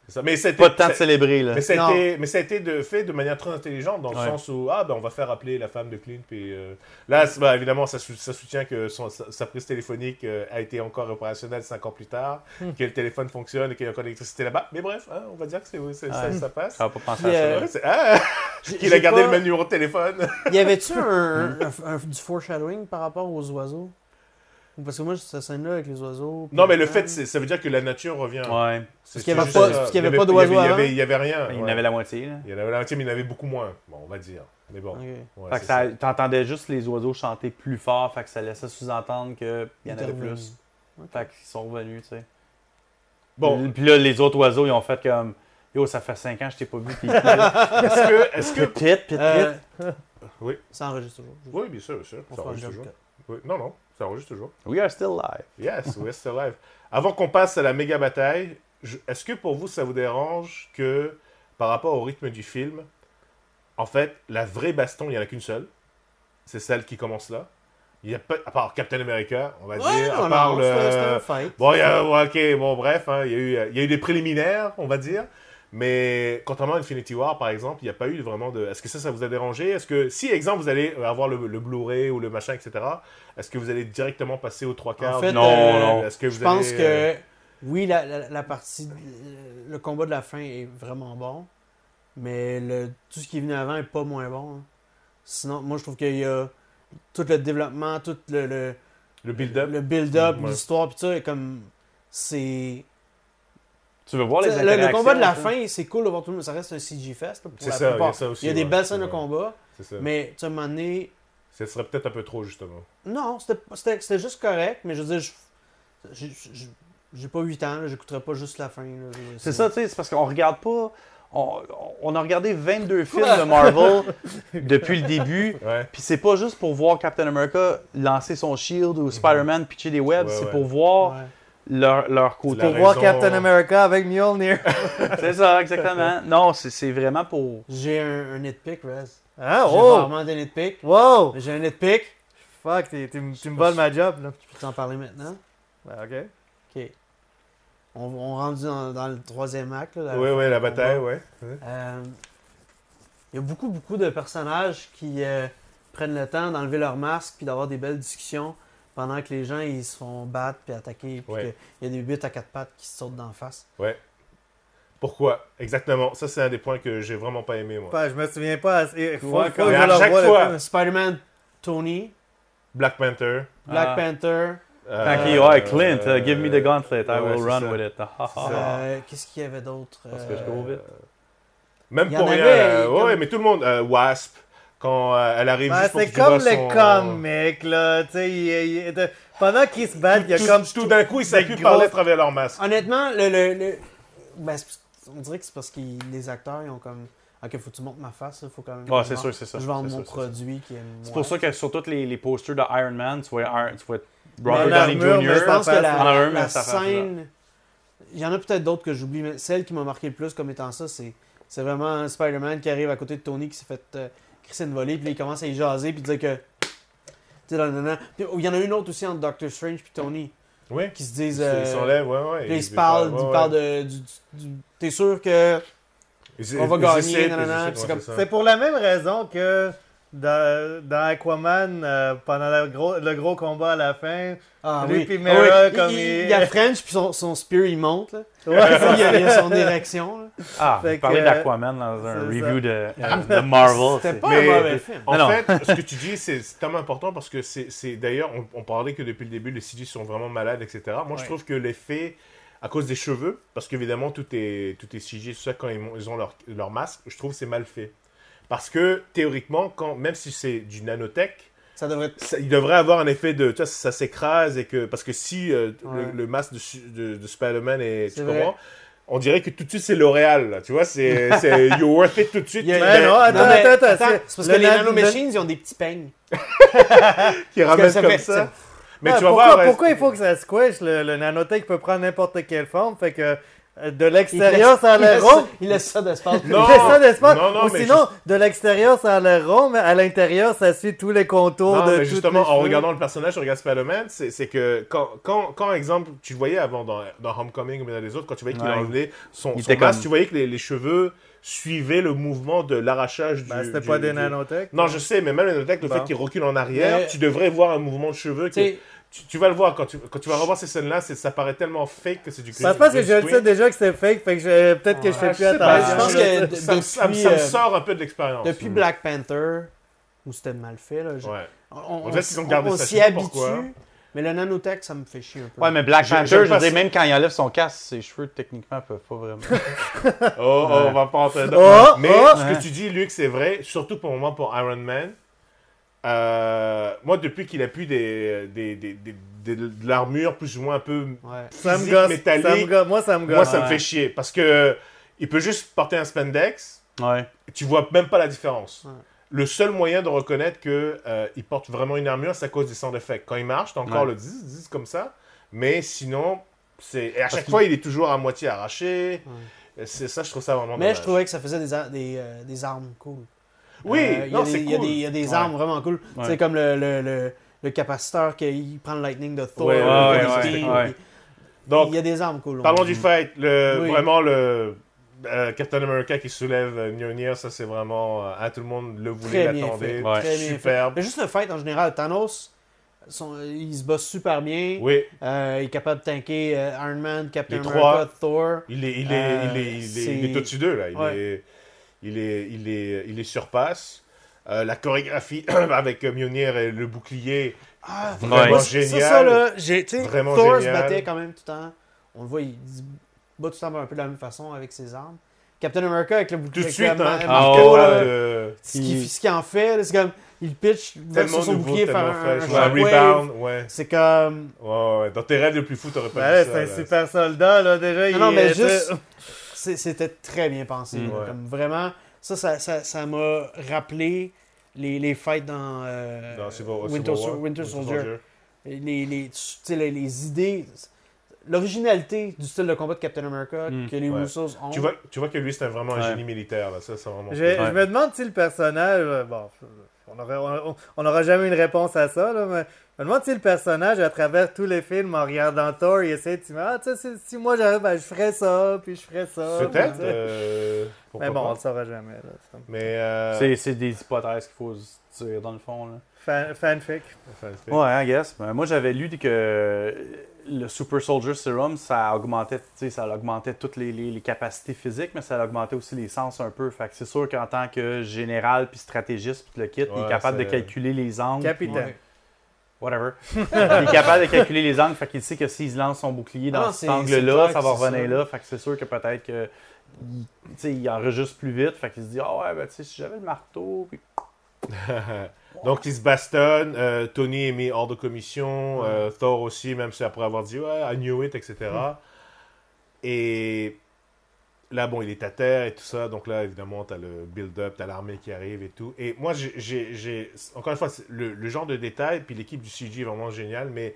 S2: C'est ça. Mais c'était
S3: Pas de temps de célébrer, là.
S2: Mais ça, a
S5: Non.
S2: été, mais ça a été de, fait de manière très intelligente, dans le
S3: Ouais.
S2: sens où, ah, ben, on va faire appeler la femme de Clint. Puis, euh, là, c'est- bah, évidemment, ça, sou- ça soutient que son- sa, sa prise téléphonique euh, a été encore opérationnelle cinq ans plus tard, que le téléphone fonctionne et qu'il y a encore de l'électricité là-bas. Mais bref, hein, on va dire que c'est, c'est- ça,
S3: Ouais.
S2: ça passe.
S3: Ça va pas penser
S5: Puis,
S3: à ça.
S5: euh,
S2: Ouais, c'est- ah,
S5: J'ai-
S2: qu'il a
S5: j'ai
S2: gardé
S5: pas-
S2: le même numéro de téléphone.
S5: Y avait-tu un, un- un- du foreshadowing par rapport aux oiseaux Parce que moi, cette scène-là avec les oiseaux. puis
S2: non, mais le fait,
S5: fan.
S2: c'est- ça veut dire que la nature revient.
S3: Ouais.
S2: C'est- c'est
S5: qu'il y avait
S2: juste
S5: pas-
S2: ça.
S5: parce qu'il y
S2: Il y
S5: avait pas
S2: il y
S5: d'oiseaux
S2: il y
S5: avant.
S2: avait- Il y avait rien.
S3: Il
S2: ouais.
S3: en avait la moitié, là.
S2: Il y en avait la moitié, mais il y en avait beaucoup moins. Bon, on va dire. Mais bon.
S5: Ok.
S2: ouais,
S3: Fait que
S2: c'est
S3: ça, t'entendais juste les oiseaux chanter plus fort, fait que ça laissait sous-entendre qu'il y en
S5: Ils
S3: avait
S5: étaient
S3: plus. Fait qu'ils sont revenus, tu sais.
S2: Bon,
S3: Puis là, les autres oiseaux, ils ont fait comme Yo, ça fait 5 ans que je t'ai pas vu. Puis
S2: est-ce que. Est-ce que...
S3: pit, pit,
S5: Euh,
S3: pit.
S2: Oui.
S5: Ça enregistre toujours.
S2: Oui, bien sûr, bien sûr.
S5: On
S2: Ça
S5: fera un
S2: enregistre
S5: job
S2: toujours.
S5: cut.
S2: Oui. Non, non, ça enregistre toujours.
S3: We are still live.
S2: Yes, we're still alive. Avant qu'on passe à la méga bataille, je- est-ce que pour vous, ça vous dérange que, par rapport au rythme du film, en fait, la vraie baston, il n'y en a qu'une seule. C'est celle qui commence là. Il y a pas, à part Captain America, on va
S5: Ouais,
S2: dire,
S5: non,
S2: à part
S5: non,
S2: le-
S5: c'était- c'était un fight.
S2: Bon, il y a- ouais, ok, bon, bref, hein, il, y a eu, euh, il y a eu des préliminaires, on va dire. Mais contrairement à Infinity War, par exemple, il n'y a pas eu vraiment de. Est-ce que ça, ça vous a dérangé Est-ce que, si, exemple, vous allez avoir le, le Blu-ray ou le machin, etc., est-ce que vous allez directement passer aux trois quarts
S5: En fait,
S2: du-
S3: Non,
S5: euh,
S3: non.
S2: Est-ce que vous
S5: Je pense
S2: allez, euh,
S5: que oui, la, la- la partie, euh, le combat de la fin est vraiment bon, mais le, tout ce qui est venu avant est pas moins bon. hein. Sinon, moi je trouve qu'il y a tout le développement, tout le, le,
S2: Le build-up
S5: le build-up,
S2: Ouais.
S5: l'histoire, puis ça est comme c'est
S3: Tu veux voir les
S5: T'sais, le- le,
S3: interactions?
S5: combat de la
S3: ça?
S5: fin, c'est cool de voir tout le monde. Ça reste un CG Fest là, pour
S2: C'est
S5: la
S2: ça, il y a
S5: plupart.
S2: ça aussi,
S5: Il y a des
S2: ouais,
S5: belles
S2: c'est
S5: scènes de
S2: vrai.
S5: combat,
S2: C'est ça.
S5: mais tu sais, à un moment donné,
S2: Ce serait peut-être un peu trop, justement.
S5: non, c'était- c'était c'était juste correct, mais je veux dire, je- je- je- j'ai pas 8 ans, là, j'écouterai pas juste la fin. là, je veux dire,
S3: C'est ça, tu sais, c'est parce qu'on regarde pas. On, on a regardé 22 films de Marvel depuis le début.
S2: Ouais.
S3: Puis c'est pas juste pour voir Captain America lancer son shield ou Spider-Man pitcher des webs,
S2: Ouais,
S3: c'est
S2: ouais.
S3: pour voir
S5: Ouais.
S3: leur, leur côté.
S2: La
S4: Pour voir
S2: raison-
S4: Captain America avec Mjolnir.
S3: C'est ça, exactement. Non, c'est- c'est vraiment pour.
S5: J'ai un, un nitpick, Rez.
S4: Hein?
S5: J'ai
S4: Oh!
S5: rarement des nitpicks.
S4: Wow!
S5: mais J'ai un nitpick.
S4: Fuck, t'es- tu me tu me voles ma job, là.
S5: Je peux t'en parler maintenant.
S4: Ben, ok.
S5: OK. On, on rentre dans, dans le troisième acte. là, la-
S2: Ouais, ouais, la
S5: combat.
S2: bataille, ouais. Ouais.
S5: Euh, Il y a beaucoup, beaucoup de personnages qui euh, prennent le temps d'enlever leur masque puis d'avoir des belles discussions pendant que les gens ils se font battre puis attaquer. Puis
S2: Ouais.
S5: que Il y a des buts à quatre pattes qui se sautent d'en face.
S2: Pourquoi Exactement. Ça, c'est un des points que j'ai vraiment pas aimé, moi.
S4: Pas- je me souviens pas assez. Faut,
S3: Ouais,
S4: faut
S3: quand-
S4: que
S2: Mais
S4: je
S2: à
S4: le
S2: chaque
S4: revoie, le
S2: fois.
S4: film.
S5: Euh, Spider-Man, Tony,
S2: Black Panther.
S5: Black
S3: Ah.
S5: Panther.
S2: euh,
S3: Fait que, ouais, Clint,
S2: euh,
S3: uh, give me the gauntlet, I
S2: ouais,
S3: will
S2: c'est
S3: run
S2: ça.
S3: with it. Ah, ah, ah.
S5: euh, Qu'est-ce qu'il y avait d'autre euh,
S3: Parce que je cours vite.
S2: Même
S5: Il y
S2: pour
S5: en
S2: rien.
S5: avait,
S2: là.
S5: comme- Bah,
S2: Ouais, ouais, mais tout le monde. euh, Wasp, quand euh, elle arrive
S4: Ben,
S2: juste pour
S4: c'est
S2: que tu vois
S4: comme
S2: son- euh,
S4: le comic, là. Tu sais, il- il- de- pendant qu'ils se battent, il y a
S2: tout,
S4: comme.
S2: tout d'un coup, ils savent
S4: des
S2: plus parler à
S4: grosses-
S2: travers leur masque.
S5: Honnêtement, le, le- le- ben, c'est- on dirait que c'est parce que les acteurs, ils ont comme. Ok, faut que tu montres ma face, il faut quand même.
S3: Ouais,
S5: que je
S3: c'est
S5: vende-
S3: sûr, c'est ça,
S5: Je vends
S3: c'est
S5: mon
S3: sûr, c'est
S5: produit qui est.
S3: C'est
S5: moi.
S3: pour ça que sur tous les, les posters de Iron Man, tu vois, Iron- tu vois
S4: Mais
S3: Robert
S4: la
S3: Downey
S4: mur, mais
S5: Ben, Je
S3: Jr.
S5: pense que la,
S3: En a un,
S5: la
S3: mais ça fait
S5: scène. Il y en a peut-être d'autres que j'oublie, mais celle qui m'a marqué le plus comme étant ça, c'est, c'est vraiment Spider-Man qui arrive à côté de Tony qui s'est fait euh, crisser une volée, puis là, il commence à y jaser, puis dire que. tu sais, nan, nan, nan. Puis, oh, il y en a une autre aussi entre Doctor Strange puis Tony
S2: Oui.
S5: qui se disent. euh,
S2: Ils s'enlèvent, ouais, ouais.
S5: puis là, ils se parlent, ils parlent de. du- du- du- T'es sûr que. on va gagner, nanana, puis c'est comme-
S4: C'est pour la même raison que dans, dans Aquaman, euh, pendant la gros- le gros combat à la fin.
S5: Ah,
S4: Lui
S5: oui.
S4: puis Mera,
S5: Ah oui.
S4: comme
S5: il,
S4: il-
S5: il y a French, puis son, son spear, il monte. Là.
S4: Ouais,
S5: il, y a, il y a son érection. là.
S3: Ah,
S4: Fait
S3: vous parlez
S4: que-
S3: d'Aquaman dans un
S4: c'est ça.
S3: review de, euh, de Marvel.
S5: C'était
S3: c'est-
S5: pas
S2: Mais-
S5: un mauvais film.
S2: En
S3: Non, non.
S2: fait, ce que tu dis, c'est c'est tellement important parce que c'est c'est- d'ailleurs, on, on parlait que depuis le début, les CG sont vraiment malades, etc. Moi, je
S5: Ouais.
S2: trouve que l'effet, à cause des cheveux, parce qu'évidemment, tout est, tout est CG, tout ça, quand ils, ont- ils ont leur, leur masque, je trouve que c'est mal fait. Parce que théoriquement, quand, même si c'est du nanotech,
S5: Ça devrait être.
S2: ça- il devrait avoir un effet de tu vois, ça s'écrase et que parce que si euh,
S5: Ouais.
S2: le, le masque de, su- de, de Spider-Man est
S5: C'est
S2: tu
S5: vrai.
S2: comprends on dirait que tout de suite c'est L'Oréal là, tu vois c'est c'est you're worth it tout de suite
S5: Il y a-
S2: mais-
S4: Ben non, attends,
S5: Non, mais
S4: attends, attends.
S5: attends,
S4: c'est-
S5: C'est parce
S4: le
S5: que les
S4: nan-
S5: nanomachines, ils ont des petits peignes.
S2: qui
S5: Parce que
S2: ramène
S5: ça
S2: comme
S5: fait-
S2: ça
S5: ça-
S2: Mais
S4: Ouais,
S2: tu vas
S4: Ah, pourquoi,
S2: voir. reste-
S4: pourquoi il faut que ça squash? Le, le nanotech peut prendre n'importe quelle forme, fait que euh, de l'extérieur, ça a
S5: il laisse,
S4: l'air rond.
S5: il laisse ça d'espace.
S2: Non,
S4: C'est ça, n'est-ce pas?
S2: non, non,
S4: Ou
S2: mais
S4: sinon, de l'extérieur, ça a l'air rond, mais à l'intérieur, ça suit tous les contours
S2: Non,
S4: de
S2: mais
S4: toutes
S2: justement,
S4: les
S2: en
S4: cheveux.
S2: regardant le personnage, je regarde Spider-Man, c'est c'est que quand, quand, quand, exemple, tu le voyais avant dans, dans Homecoming ou dans les autres, quand tu voyais qu'il
S3: Ouais.
S2: enlevait son,
S3: Il
S2: son
S3: était
S2: masque,
S3: comme-
S2: tu voyais que les, les cheveux suivaient le mouvement de l'arrachage du.
S4: Ben, c'était
S2: du-
S4: pas des
S2: du-
S4: nanotech. Ben,
S2: Non, je sais, mais même les nanotech, le
S4: Bon.
S2: fait qu'il recule en arrière,
S5: Mais-
S2: tu devrais voir un mouvement de cheveux.
S5: Tu
S2: qui-
S5: sais,
S2: Tu, tu vas le voir quand tu, quand tu vas revoir ces scènes-là, c'est- ça paraît tellement fake que c'est du
S4: Ça se passe que je le sais déjà que c'est fake, fait que je- peut-être que je fais
S2: Ah,
S4: plus
S2: je sais pas,
S5: Ben,
S4: attention.
S5: je pense que de-
S2: Ça, me- ça me-
S5: depuis,
S2: ça me
S5: euh,
S2: sort un peu de l'expérience.
S5: depuis
S2: Mm.
S5: Black Panther, où c'était mal fait, là, je-
S2: Ouais.
S5: on,
S2: dirait
S5: on-
S2: qu'ils ont gardé
S5: on
S2: ça, je
S5: s'y
S2: sais pas
S5: habitue,
S2: pourquoi.
S5: mais le nanotech, ça me fait chier un peu.
S3: Ouais, mais Black
S2: J'ai-
S3: Panther,
S2: j'aime
S3: je
S2: pas
S3: veux dire,
S2: ça.
S3: même quand il enlève son casque, ses cheveux, techniquement, peuvent pas vraiment.
S2: Oh, oh, on va pas entrer
S4: Oh,
S2: Mais
S4: oh.
S2: ce que tu dis, Luc, c'est vrai, surtout pour le moment pour Iron Man. Euh, moi, depuis qu'il a plus des, des, des, des- des- de l'armure plus ou moins un peu
S5: Ouais.
S4: Ça me
S2: physique,
S4: gosse.
S2: métallique,
S4: ça me gosse. Moi, ça me gosse.
S2: moi, ça me
S3: Ouais.
S2: fait chier. Parce que il peut juste porter un spandex,
S3: ouais.
S2: tu vois même pas la différence.
S5: Ouais.
S2: Le seul moyen de reconnaître que euh, il porte vraiment une armure, c'est à cause des sound effects. Quand il marche, t'as encore
S3: Ouais.
S2: le 10, 10 comme ça. Mais sinon, c'est et à chaque
S3: qu'il-
S2: fois, il est toujours à moitié arraché. C'est ça, je trouve ça vraiment
S5: Mais
S2: dommage.
S5: je trouvais que ça faisait des, ar- des, euh, des armes cool.
S2: Oui,
S5: Euh, il y a
S2: non,
S5: des-
S2: c'est
S5: Il y a
S2: cool.
S5: des, il y a des
S3: Ouais.
S5: armes vraiment cool.
S3: Ouais.
S5: C'est comme le, le, le, le capaciteur qui prend le lightning de Thor.
S2: Ouais,
S5: le
S2: ouais,
S5: Thor
S2: ouais,
S5: Steel,
S3: ouais.
S5: puis-
S2: Donc,
S5: il y a des armes cool.
S2: Parlons
S5: on-
S2: du fight. Le,
S5: Oui.
S2: Vraiment, le euh, Captain America qui soulève euh, Mjolnir, ça c'est vraiment. euh, ah, tout le monde le voulait,
S5: Très bien fait.
S2: l'attendait.
S3: Ouais.
S5: Très bien fait.
S2: Superbe.
S5: Mais juste le fight en général, Thanos, son- il se bat super bien.
S2: Oui,
S5: Euh, il est capable de tanker euh, Iron Man, Captain
S2: Les
S5: America,
S2: trois.
S5: Thor.
S2: il est, il est,
S5: Euh,
S2: il est, il est- il est
S5: c'est-
S2: au-dessus d'eux, là. Il,
S5: Ouais.
S2: est, il, est, il, est, il les surpasse. Euh, la chorégraphie avec euh, Mjolnir et le bouclier.
S5: Ah,
S2: Vraiment
S5: moi, c'est-
S2: génial.
S5: Ça, ça, là, j'ai- tu sais,
S2: Vraiment
S5: Thor se
S2: génial.
S5: battait quand même tout le temps. On le voit, il se bat tout le temps un peu de la même façon avec ses armes. Captain America avec le
S2: Tout
S5: bouclier.
S2: de
S5: avec
S2: suite,
S5: la ma-
S2: hein.
S5: marteau,
S3: ah
S5: là,
S2: capable de-
S5: ce qu'il ce qu'il en fait, là, c'est comme, il pitch
S2: Tellement
S5: sur son
S2: nouveau,
S5: bouclier, faire
S2: tellement
S5: un,
S2: fresh.
S5: un
S2: Ouais,
S5: shockwave.
S2: rebound, ouais.
S5: C'est comme...
S2: Ouais, ouais. Dans tes rêves les plus fous, t'aurais
S5: Bah
S4: Ben
S2: pas
S4: là,
S2: dit
S4: c'est
S2: ça.
S4: un
S2: là.
S4: super soldat, là, déjà.
S5: Non,
S4: il
S5: non, mais
S2: euh,
S4: est-
S5: juste, c'est- c'était très bien pensé.
S3: Mm.
S5: là.
S2: Ouais.
S5: Comme vraiment, ça, ça, ça, ça m'a rappelé les, les fights dans, euh,
S2: Dans Civil- Civil
S5: Winter,
S2: War,
S5: Sol- Winter Soldier. Les, les, tu sais, les, les idées, l'originalité du style de combat de Captain America
S3: Mm.
S5: que les
S2: Ouais.
S5: Russos ont.
S2: Tu vois, tu vois que lui, c'était vraiment un
S3: Ouais.
S2: génie militaire. Là. Ça, c'est vraiment.
S4: Je, je
S3: Ouais.
S4: me demande si le personnage. euh, Bon, on n'aura on, on aura jamais une réponse à ça, là, mais je me demande si le personnage, à travers tous les films, en regardant Thor, il essaie de se dire Ah, tu sais, si, si moi j'arrive, ben, je ferais ça, puis je ferais ça.
S2: Peut-être.
S4: puis, tu sais.
S2: euh, pourquoi
S4: mais bon, on
S2: pas.
S4: le saura jamais. Là, ça.
S2: Mais. euh,
S3: C'est c'est des hypothèses qu'il faut se dire, dans le fond. Là.
S4: Fan- fanfic.
S2: enfin, c'est-
S3: Ouais, I guess. Ben, moi, j'avais lu que le Super Soldier Serum, ça augmentait, tu sais, ça augmentait toutes les, les- les capacités physiques, mais ça augmentait aussi les sens un peu. Fait que c'est sûr qu'en tant que général puis stratégiste puis le kit, il
S2: Ouais,
S3: est capable de
S2: c'est-
S3: calculer les angles.
S4: Capitaine.
S5: Ouais.
S3: Whatever. il est capable de calculer les angles, fait qu'il sait que s'il lance son bouclier dans
S5: Ah non, c'est-
S3: cet
S5: c'est
S3: angle-là,
S5: clair
S3: ça
S5: que
S3: va
S5: c'est
S3: revenir
S5: ça.
S3: là. Fait que c'est sûr que peut-être que il, tu sais, il enregistre plus vite. Fait qu'il se dit Ah ouais, ben tu sais, si j'avais le marteau. puis-
S2: Donc, ils se bastonnent. euh, Tony est mis hors de commission. euh, Thor aussi, même si après avoir dit Ouais, I knew it, etc.
S5: Mm.
S2: Et là, bon, il est à terre et tout ça. Donc là, évidemment, t'as le build-up, t'as l'armée qui arrive et tout. Et moi, j'ai- j'ai. j'ai- Encore une fois, c'est le, le genre de détail, puis l'équipe du CG est vraiment géniale. Mais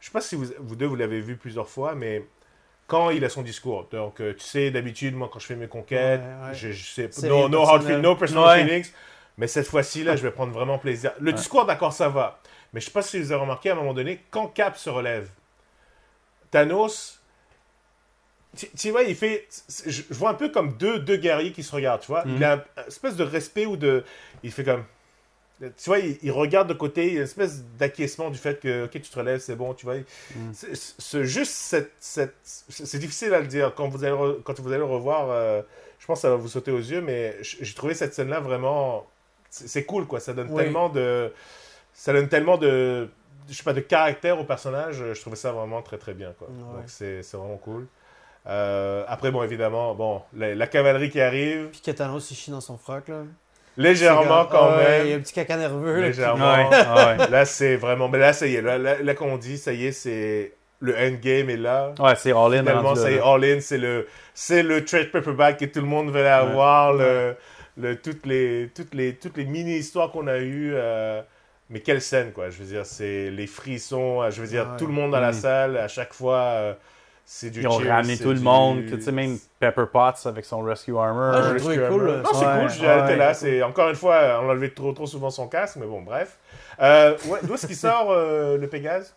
S2: je sais pas si vous, vous deux, vous l'avez vu plusieurs fois, mais. Quand il a son discours. Donc, euh, tu sais, d'habitude, moi, quand je fais mes conquêtes,
S5: Ouais, ouais.
S2: je, je sais
S5: C'est
S2: No,
S5: rien
S2: no hard
S5: personnel.
S2: feelings, no personal
S3: Ouais.
S2: feelings. Mais cette fois-ci, là, je vais prendre vraiment plaisir. Le discours, d'accord, ça va. Mais je sais pas si vous avez remarqué, à un moment donné, quand Cap se relève, Thanos, tu, tu vois, il fait... c'est- Je, je vois un peu comme deux, deux guerriers qui se regardent, tu vois.
S3: Mm.
S2: Il a un- une espèce de respect ou de... Il fait comme... Tu vois, il, il regarde de côté, il y a une espèce d'acquiescement du fait que, ok, tu te relèves, c'est bon, tu vois.
S5: Mm.
S2: C'est- c'est- c'est juste cette... cette- c'est c'est difficile à le dire. Quand vous allez, re- quand vous allez le revoir... euh, je pense que ça va vous sauter aux yeux, mais j- j'ai trouvé cette scène-là vraiment. C'est c'est cool, quoi. Ça donne
S5: Oui.
S2: tellement de. Ça donne tellement de. Je sais pas, de caractère au personnage. Je trouvais ça vraiment très, très bien, quoi.
S5: Ouais.
S2: Donc, c'est c'est vraiment cool. Euh, après, bon, évidemment, bon, la, la cavalerie qui arrive,
S5: Puis que Thanos, il chie dans son froc, là.
S2: légèrement
S5: C'est comme,
S2: quand
S5: ah, Il y a un
S2: même.
S5: petit caca nerveux. là, qui-
S2: Légèrement.
S3: ouais.
S2: Là, c'est vraiment. Mais là, ça y est. Là, là, là, qu'on dit, ça y est, c'est. Le endgame est là.
S3: Ouais, c'est all-in.
S2: Finalement,
S3: rendu là,
S2: c'est
S3: là.
S2: all in, c'est le, c'est le trade paperback que tout le monde voulait avoir, le, le- toutes les, toutes les, toutes les mini histoires qu'on a eues. euh, Mais quelle scène, quoi. Je veux dire, c'est les frissons. Je veux dire,
S5: Ouais.
S2: tout le monde dans la
S3: Mm.
S2: salle, à chaque fois, euh, c'est du
S3: Ils ont
S2: cheer,
S3: ramené
S2: c'est
S3: tout le
S2: du-
S3: monde, que, tu sais, même Pepper Potts avec son Rescue Armor.
S5: Ah, j'ai
S2: Rescue
S5: trouvé
S2: Hammer.
S5: cool,
S2: Non, c'est
S3: ouais,
S2: cool, j'ai- elle
S3: ouais.
S2: était là. C'est... Encore une fois, on l'a levé trop, trop souvent son casque, mais bon, bref. Euh, ouais, d'où est-ce qu'il sort euh, le Pégase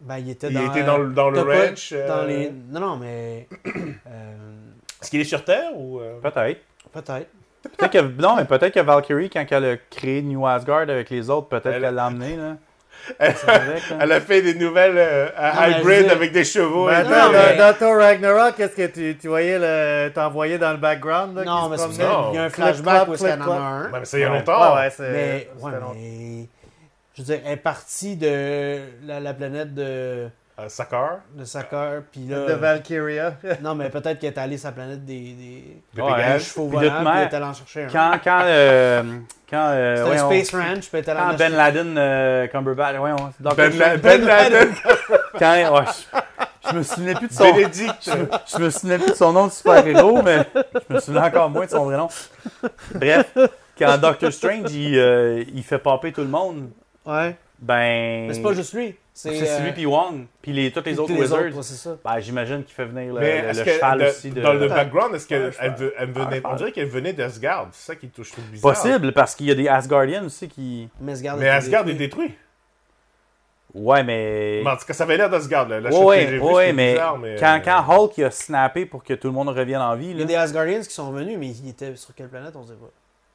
S5: Ben, il était
S2: Il
S5: dans,
S2: était dans, le- dans le
S5: t'as pas-
S2: ranch.
S5: dans
S2: euh,
S5: les. Non, non, mais. euh,
S2: Est-ce qu'il est sur Terre ou. euh,
S3: Peut-être.
S5: Peut-être.
S3: Peut-être que, non, mais peut-être que Valkyrie, quand elle a créé New Asgard avec les autres, peut-être
S2: Elle-
S3: qu'elle l'a amené, là.
S2: Elle-
S3: C'est correct, hein.
S2: Elle a fait des nouvelles euh, à
S5: Non, mais je
S2: hybrid
S5: veux-
S2: avec des chevaux.
S4: Mais
S2: et
S3: Ben,
S4: attends,
S2: tout,
S5: non,
S2: là.
S5: mais-
S4: là, dans Thor Ragnarok, qu'est-ce que tu, tu voyais le, t'envoyais dans le background? Là,
S5: non,
S4: qui
S5: mais
S4: se
S5: c'est parce
S4: promenait?
S2: Non.
S5: qu'il y a un
S4: Clap,
S5: flashback
S4: clap,
S5: où est-ce qu'elle
S4: clap,
S5: en a un.
S2: Ouais, mais ça, il y a
S3: Ouais.
S2: longtemps.
S4: Ouais, ouais, c'est.
S5: Mais, ouais,
S4: c'était long.
S5: mais. Je veux dire, elle est partie de la, la planète de,
S2: Euh, Soccer,
S5: de Sakar, puis là.
S4: De Valkyria.
S5: Non, mais peut-être qu'elle est allée sur la planète des, des,
S2: de
S3: Ouais.
S5: des
S2: Pégase.
S5: chevaux
S3: Puis de
S5: volants, puis
S3: mer-
S5: elle est allée en chercher un.
S3: Quand, quand, euh, quand, euh,
S5: C'était
S3: voyons,
S5: un Space Ranch, puis elle est allée en
S3: quand Ben
S5: acheter-
S3: Laden, euh, Cumberbatch, ouais,
S2: Ben, La- ben Laden,
S3: Quand, ouais, je, je me souvenais plus de son,
S2: Bénédicte.
S3: je me souvenais plus de son nom de super-héros, mais je me souvenais encore moins de son vrai nom. Bref, quand Doctor Strange, il, euh, il fait popper tout le monde,
S5: Ouais.
S3: ben...
S5: Mais c'est pas juste lui. C'est
S3: C'est celui
S5: euh,
S3: puis Wong, puis les, tous les
S5: tous
S3: autres
S5: les
S3: Wizards.
S5: ouais, c'est ça.
S3: Ben, j'imagine qu'il fait venir le,
S2: Mais
S3: le-
S2: est-ce
S3: le
S2: que
S3: cheval
S2: le-
S3: aussi de... Ah,
S2: dans le background, est-ce
S3: Ouais,
S2: qu'elle
S3: je
S2: elle,
S3: parle.
S2: ve- elle venait,
S3: Ouais, je parle.
S2: on dirait qu'elle venait d'Asgard, c'est ça qui touche tout bizarre.
S3: Possible, parce qu'il y a des Asgardiens aussi qui...
S5: Mais Asgard
S2: Mais
S5: était
S2: Asgard est
S5: détruit.
S2: détruit.
S3: Ouais, mais...
S2: Mais en tout cas, ça avait l'air d'Asgard. Là. La
S3: Ouais,
S2: chose que
S3: ouais,
S2: j'ai vue,
S3: ouais,
S2: c'était
S3: mais,
S2: bizarre, mais,
S3: quand,
S2: euh,
S3: quand Hulk il a snappé pour que tout le monde revienne en vie,
S5: Il y
S3: là,
S5: a des Asgardians qui sont venus, mais ils étaient sur quelle planète, on sait pas.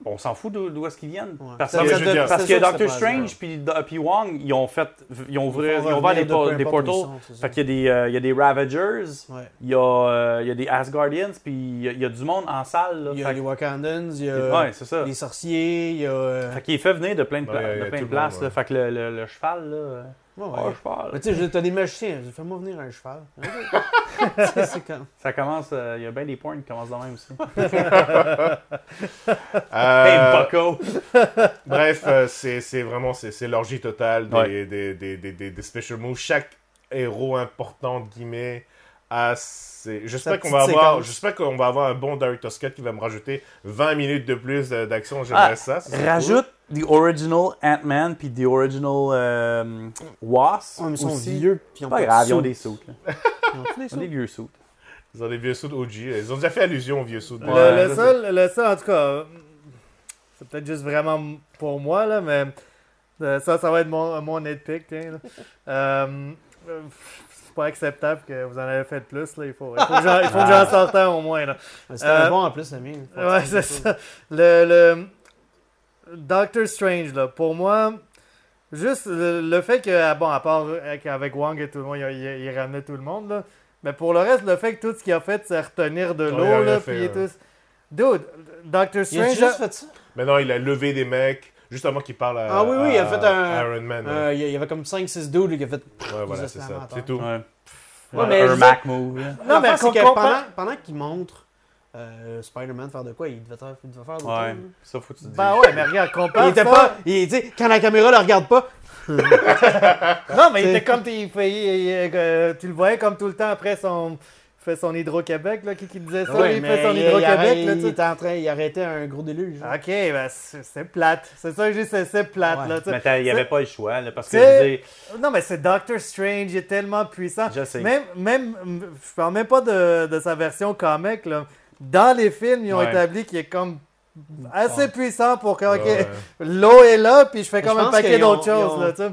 S3: on s'en fout d'où d'où est-ce qu'ils viennent.
S5: Ouais.
S3: Parce,
S5: Ça,
S3: que,
S2: ça, je veux dire-
S3: parce
S5: c'est
S3: que
S5: sûr que
S3: Doctor
S5: c'est pas
S3: Strange puis, puis Wong, ils ont fait... Ils ont ouvert, ils ont ouvert
S5: revenir
S3: des,
S5: de
S3: por-
S5: peu
S3: des
S5: importe où
S3: portals.
S5: ils sont, c'est
S3: Fait
S5: ça.
S3: qu'il y, a des, euh, il y a des Ravagers,
S5: Ouais.
S3: il y, a, euh, il y a des Asgardians, puis il y a, il y a du monde en salle. là.
S5: Il y
S3: Fait
S5: a les Wakandans, il y
S3: que-
S5: a
S3: ouais, c'est ça.
S5: les sorciers, il y a. euh,
S3: Fait qu'il est fait venir de plein de, pla-
S2: Ouais,
S3: de
S2: ouais,
S3: plein
S2: tout
S3: de
S2: le
S3: places.
S2: monde,
S3: là.
S2: ouais.
S3: Fait que le, le- le cheval, là. euh,
S5: ouais, ouais.
S3: oh, cheval.
S5: Mais tu sais, je- t'as des magiciens, je- fais-moi venir un cheval. Ok. c'est c'est comme.
S3: Ça commence. euh, Il y a bien des points qui commencent de même aussi.
S2: Euh,
S3: Bucko!
S2: bref, euh, c'est c'est vraiment c'est c'est l'orgie totale des,
S3: Ouais.
S2: des, des, des, des- des special moves. Chaque héros important, entre guillemets, a ses... J'espère qu'on va,
S5: petite
S2: avoir-
S5: séquence.
S2: j'espère qu'on va avoir un bon Director's Cut qui va me rajouter 20 minutes de plus euh, d'action. J'aimerais
S3: Ah,
S2: ça. ça serait
S3: Rajoute The Original Ant-Man puis The Original euh, Wasp.
S5: Ouais, mais ils sont
S3: aussi.
S5: vieux, puis ils ont
S3: C'est pas
S5: de
S3: grave, ils ont
S5: sous.
S3: des soutes. là.
S5: Ils ont tous
S3: Ils
S5: des
S3: ont
S5: sous.
S3: des vieux soutes.
S2: cool. Ils ont des vieux sous de OG. Ils ont déjà fait allusion aux vieux sous de
S3: Ouais.
S4: Le, le seul, le seul, en tout cas, c'est peut-être juste vraiment pour moi, là, mais euh, ça, ça va être mon, mon nitpick. tiens, là. Euh, euh, c'est pas acceptable que vous en avez fait plus. Là. Il faut, il faut que j'en- il faut que j'en sorte un au moins. Là.
S5: Mais C'était un
S4: Euh,
S5: bon en plus, le mien.
S4: Ouais, c'est ça. Le, le- Doctor Strange, là, pour moi, juste le, le fait que, ah, bon, à part avec Wong et tout le monde, il, il- il ramenait tout le monde, là, mais pour le reste, le fait que tout ce qu'il a fait, c'est retenir de
S2: Ouais,
S4: l'eau,
S2: il a
S4: là,
S2: fait,
S4: puis
S2: ouais.
S4: tout. Dude, Doctor
S5: Il a
S4: Strange,
S5: juste
S4: là,
S5: fait ça.
S2: Maintenant, il a levé des mecs juste avant qu'il parle à,
S5: Ah oui, oui, il a
S2: à-
S5: fait un-
S2: Iron Man. ouais.
S5: Euh, Il y il y avait comme 5-6 dudes qui a fait.
S2: Ouais, voilà,
S5: Juste
S2: c'est ça.
S5: l'inventaire.
S2: C'est tout.
S3: Ouais.
S5: hein. Ouais, mais je-
S3: Un Mac move. là.
S4: Non, mais
S5: L'affaire, c'est
S4: qu'on
S5: que
S4: compare-
S5: pendant, pendant qu'il montre euh, Spider-Man faire de quoi, il devait faire, il devait faire d'autres
S3: Ouais.
S5: choses, là.
S3: Ça, faut que tu te dises.
S4: ben ouais, mais regarde, compare
S5: Il était
S4: ça-
S5: pas. Il tu sais, quand la caméra le regarde pas,
S4: Non, mais il
S5: C'est-
S4: était comme. il fait- il- il- euh, tu le voyais comme tout le temps après son. il fait son Hydro-Québec, là, qui, qui disait ça,
S5: Ouais,
S4: il
S5: mais
S4: fait son
S5: il- il arrête-
S4: Hydro-Québec, là, tu
S5: il
S4: sais.
S5: était en train, il arrêtait un gros déluge. là.
S4: Ok, ben c'est c'est plate. C'est ça que j'ai, c'est c'est plate,
S5: Ouais.
S4: là, tu sais.
S3: Mais t'as- il n'y avait pas le choix, là, parce que
S4: C'est-
S3: je veux dire,
S4: Non, mais c'est Doctor Strange, il est tellement puissant.
S3: Je sais.
S4: Même, même, je parle même pas de, de sa version comic. Là. Dans les films, ils ont
S3: Ouais.
S4: établi qu'il est comme assez puissant pour que ok,
S2: Ouais.
S4: l'eau est là, puis je fais
S5: Mais
S4: comme
S5: je
S4: un
S5: pense
S4: paquet
S5: qu'ils
S4: d'autres
S5: ont-
S4: choses.
S5: ils ont-
S4: là, tu sais.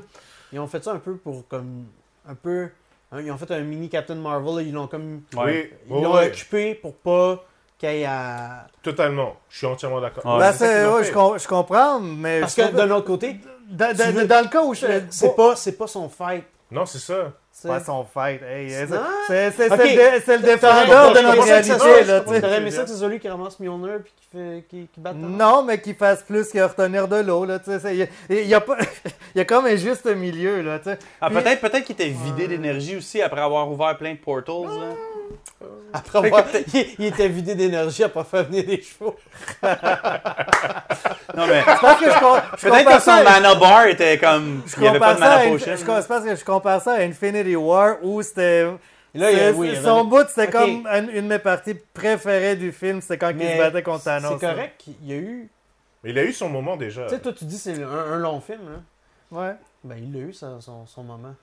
S5: Ils ont fait ça un peu pour comme un peu. hein, ils ont fait un mini Captain Marvel. là, ils l'ont comme.
S2: Oui,
S5: Ils
S2: oui,
S5: l'ont
S2: oui,
S5: occupé pour pas qu'il y ait à.
S2: totalement. Je suis entièrement d'accord.
S3: Ouais.
S5: Bah,
S4: Ben,
S2: C'est ça
S4: c'est-
S2: qu'ils ont
S4: ouais,
S2: fait.
S4: je, com- je comprends, mais
S5: Parce
S4: je
S5: que
S4: trouve-
S5: d'un autre côté,
S4: dans,
S5: tu
S4: dans-
S5: veux-
S4: dans le cas où je.
S5: c'est pas c'est pas son fight.
S2: Non, c'est ça.
S4: C'est pas son fight. Hey,
S5: C'est-
S4: c'est c'est- c'est-
S5: Ok.
S4: c'est le dé- c'est le défendeur
S2: T'aurais-
S4: de notre
S2: t'aurais aimé ça que ce
S4: réalité. là, tu sais.
S5: T'aurais aimé ça que c'est celui qui ramasse Mjolnir puis qui fait qui, qui bat.
S4: Non, mais qu'il fasse plus que retenir de l'eau. là, tu sais, c'est- Il y, a- il y a pas- il y a comme un juste milieu. Là, tu sais.
S3: ah,
S4: Puis-
S3: peut-être peut-être qu'il était vidé d'énergie aussi après avoir ouvert plein de portals. Là.
S5: Après avoir, il, il était vidé d'énergie à pas faire venir des chevaux.
S3: Non, mais
S4: Je pense que je, com- je
S3: peut-être que
S4: compare
S3: son
S4: Ah. ça à-
S3: manobar était comme.
S4: je
S3: Il n'y avait pas
S4: compare
S3: de
S4: ça à
S3: mana
S4: une-
S3: potion.
S4: je com- je pense que je compare ça à Infinity War où c'était.
S5: Et là, il y a-
S4: c'est-
S5: oui, il y avait-
S4: son bout, c'était
S5: Ok.
S4: comme un- une de mes parties préférées du film, c'est quand il
S5: Mais
S4: se battait contre Thanos.
S5: C'est correct. Il y a eu.
S2: Mais il a eu son moment déjà.
S5: Tu sais, toi, tu dis c'est un, un long film. Hein.
S4: Ouais.
S5: Ben, il l'a eu, ça, son, son moment.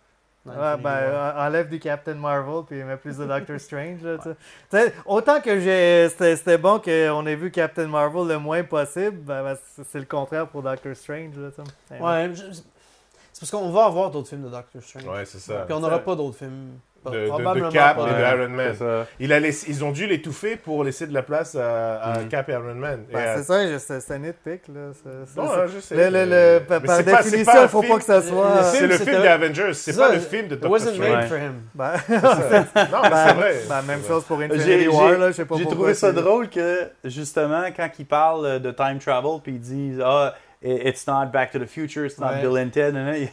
S5: Dans
S4: Ouais,
S5: Infinity
S4: ben,
S5: War.
S4: en- enlève du Captain Marvel puis mets plus de Doctor Strange. Là, tu sais. Tu sais, Autant que j'ai, c'était, c'était bon qu'on ait vu Captain Marvel le moins possible, ben, ben, c'est, c'est le contraire pour Doctor Strange. Là, tu sais.
S5: Ouais, je- c'est parce qu'on va avoir d'autres films de Doctor Strange.
S2: Ouais, c'est ça.
S5: Puis on n'aura pas d'autres films.
S2: De,
S5: Pas-
S2: de,
S5: probablement
S2: de Cap
S5: pas.
S2: et
S3: Ouais.
S2: de Iron Man.
S3: C'est ça.
S2: Il a laissé- ils ont dû l'étouffer pour laisser de la place à, à
S3: Mhm.
S2: Cap et Iron Man. Et
S4: Ben,
S2: à-
S4: c'est ça, je- c'est, c'est un nitpick. Là, c'est, c'est-
S2: Non,
S4: c'est-
S2: hein, je sais.
S4: le- le-
S2: mais-
S4: le- par
S2: mais
S4: par
S2: c'est pas- c'est
S4: définition,
S2: pas
S4: il
S2: un
S4: faut
S2: film-
S4: pas que ça soit.
S5: film,
S2: C'est le
S5: c'était-
S2: film d'Avengers, c'est
S5: C'est
S2: pas
S5: ça,
S2: le film de
S5: It
S2: Doctor
S5: wasn't
S2: Strange.
S5: made
S3: Strange.
S5: for him.
S4: Ben,
S2: Non, mais c'est vrai.
S4: ben,
S2: C'est
S4: même
S2: vrai.
S4: chose pour
S3: J'ai-
S4: Infinity
S3: j'ai-
S4: War, là, je sais pas
S3: J'ai
S4: pourquoi.
S3: trouvé ça
S4: c'est-
S3: drôle que, justement, quand il parle de time travel, puis il dit Ah, i- it's not Back to the Future, it's not
S5: Ouais.
S3: Bill and Ted, nan, nan, il,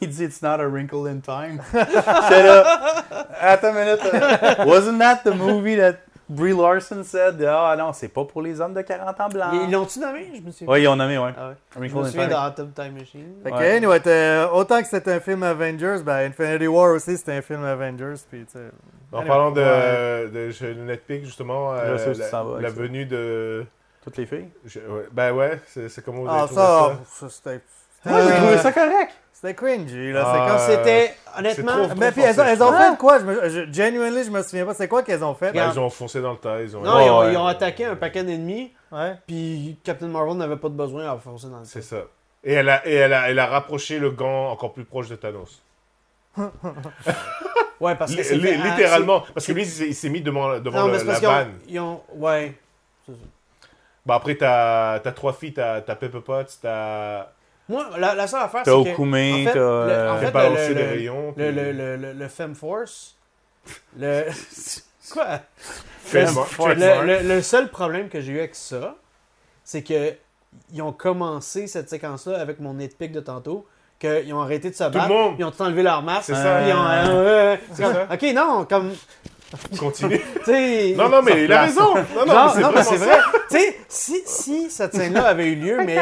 S3: il dit It's not a wrinkle in time. J'étais là, attends une minute, euh, wasn't that the movie that Brie Larson said Ah non, c'est pas pour les hommes de 40 ans blancs.
S5: Ils ils l'ont-tu nommé Je me souviens.
S3: Oui, ils ont nommé, ouais.
S5: Ah ouais. Je
S3: Wrinkle
S5: me
S3: in
S5: souviens
S3: Time.
S5: de Hot Tub Time
S2: Euh,
S5: Machine.
S4: Fait que,
S3: Ouais.
S4: anyway, t'es- autant que c'est un film Avengers, ben Infinity War aussi c'est un film Avengers. Puis, tu sais,
S2: En
S4: Anyway,
S2: parlant de,
S4: ouais.
S2: de je- Netflix, justement,
S3: Je
S2: euh,
S3: sais où tu
S2: la,
S3: t'en vas avec
S2: la
S3: ça.
S2: venue de.
S3: Toutes les filles.
S2: je- ouais, ben ouais, c'est c'est comment vous avez
S4: Ah,
S2: trouvé
S4: ça,
S2: ça.
S4: ça, c'était.
S3: Moi, j'ai
S4: Euh,
S3: trouvé ça correct.
S4: C'était cringy, là.
S2: Ah,
S4: c'est
S2: euh,
S5: C'était,
S2: c'est
S5: honnêtement,
S2: trop-
S4: Mais puis elles, ont- elles ont
S5: Ah!
S4: fait quoi je me, je- Genuinely, je me souviens pas. C'est quoi qu'elles ont fait
S2: Ben,
S5: regarde.
S2: ils ont foncé dans le tas. Ils ont...
S5: non, ils, ont,
S3: Ouais,
S5: ils ont
S2: ouais.
S5: attaqué un paquet d'ennemis,
S4: Ouais.
S5: puis Captain Marvel n'avait pas de besoin à foncer dans le
S2: C'est
S5: tas.
S2: ça. Et elle a, et elle a, elle a rapproché le gant encore plus proche de Thanos.
S5: Ouais, parce que
S2: Li-
S5: c'est
S2: li-
S5: fait- ah,
S2: littéralement. Parce que lui, il s'est- il s'est mis devant,
S5: c'est-
S2: devant
S5: Non,
S2: le-
S5: mais c'est
S2: la
S5: parce qu'ils ont,
S2: vanne.
S5: ils ont- Ouais. C'est ça.
S2: Bah après, t'as t'as trois filles, t'as t'as Pepper Potts, t'as.
S5: Moi, la, la seule affaire, Ah, c'est
S3: T'as
S5: que...
S3: Okume, t'as. euh,
S5: en
S2: T'as
S5: fait, le- en fait,
S2: balancé
S5: le-
S2: des
S5: le-
S2: rayons.
S5: Le,
S2: puis-
S5: le, le, le, le Femme Force. Le. Quoi?
S2: Fais-
S5: le-
S2: Fais-
S5: Le, le- le seul problème que j'ai eu avec ça, c'est que ils ont commencé cette séquence-là avec mon nitpick de tantôt, qu'ils ont arrêté de se battre,
S2: monde.
S5: ils ont tout enlevé leur masque,
S2: C'est ça.
S5: puis ils ont... euh, euh,
S2: C'est
S5: comme-
S2: ça.
S5: Ok, non, comme...
S2: Continue.
S5: Tu sais...
S2: non, non, mais il a
S5: place.
S2: raison. Non, non,
S5: Genre,
S2: mais
S5: non, mais c'est
S2: vraiment
S5: vrai. Tu sais, si, si cette scène-là avait eu lieu, mais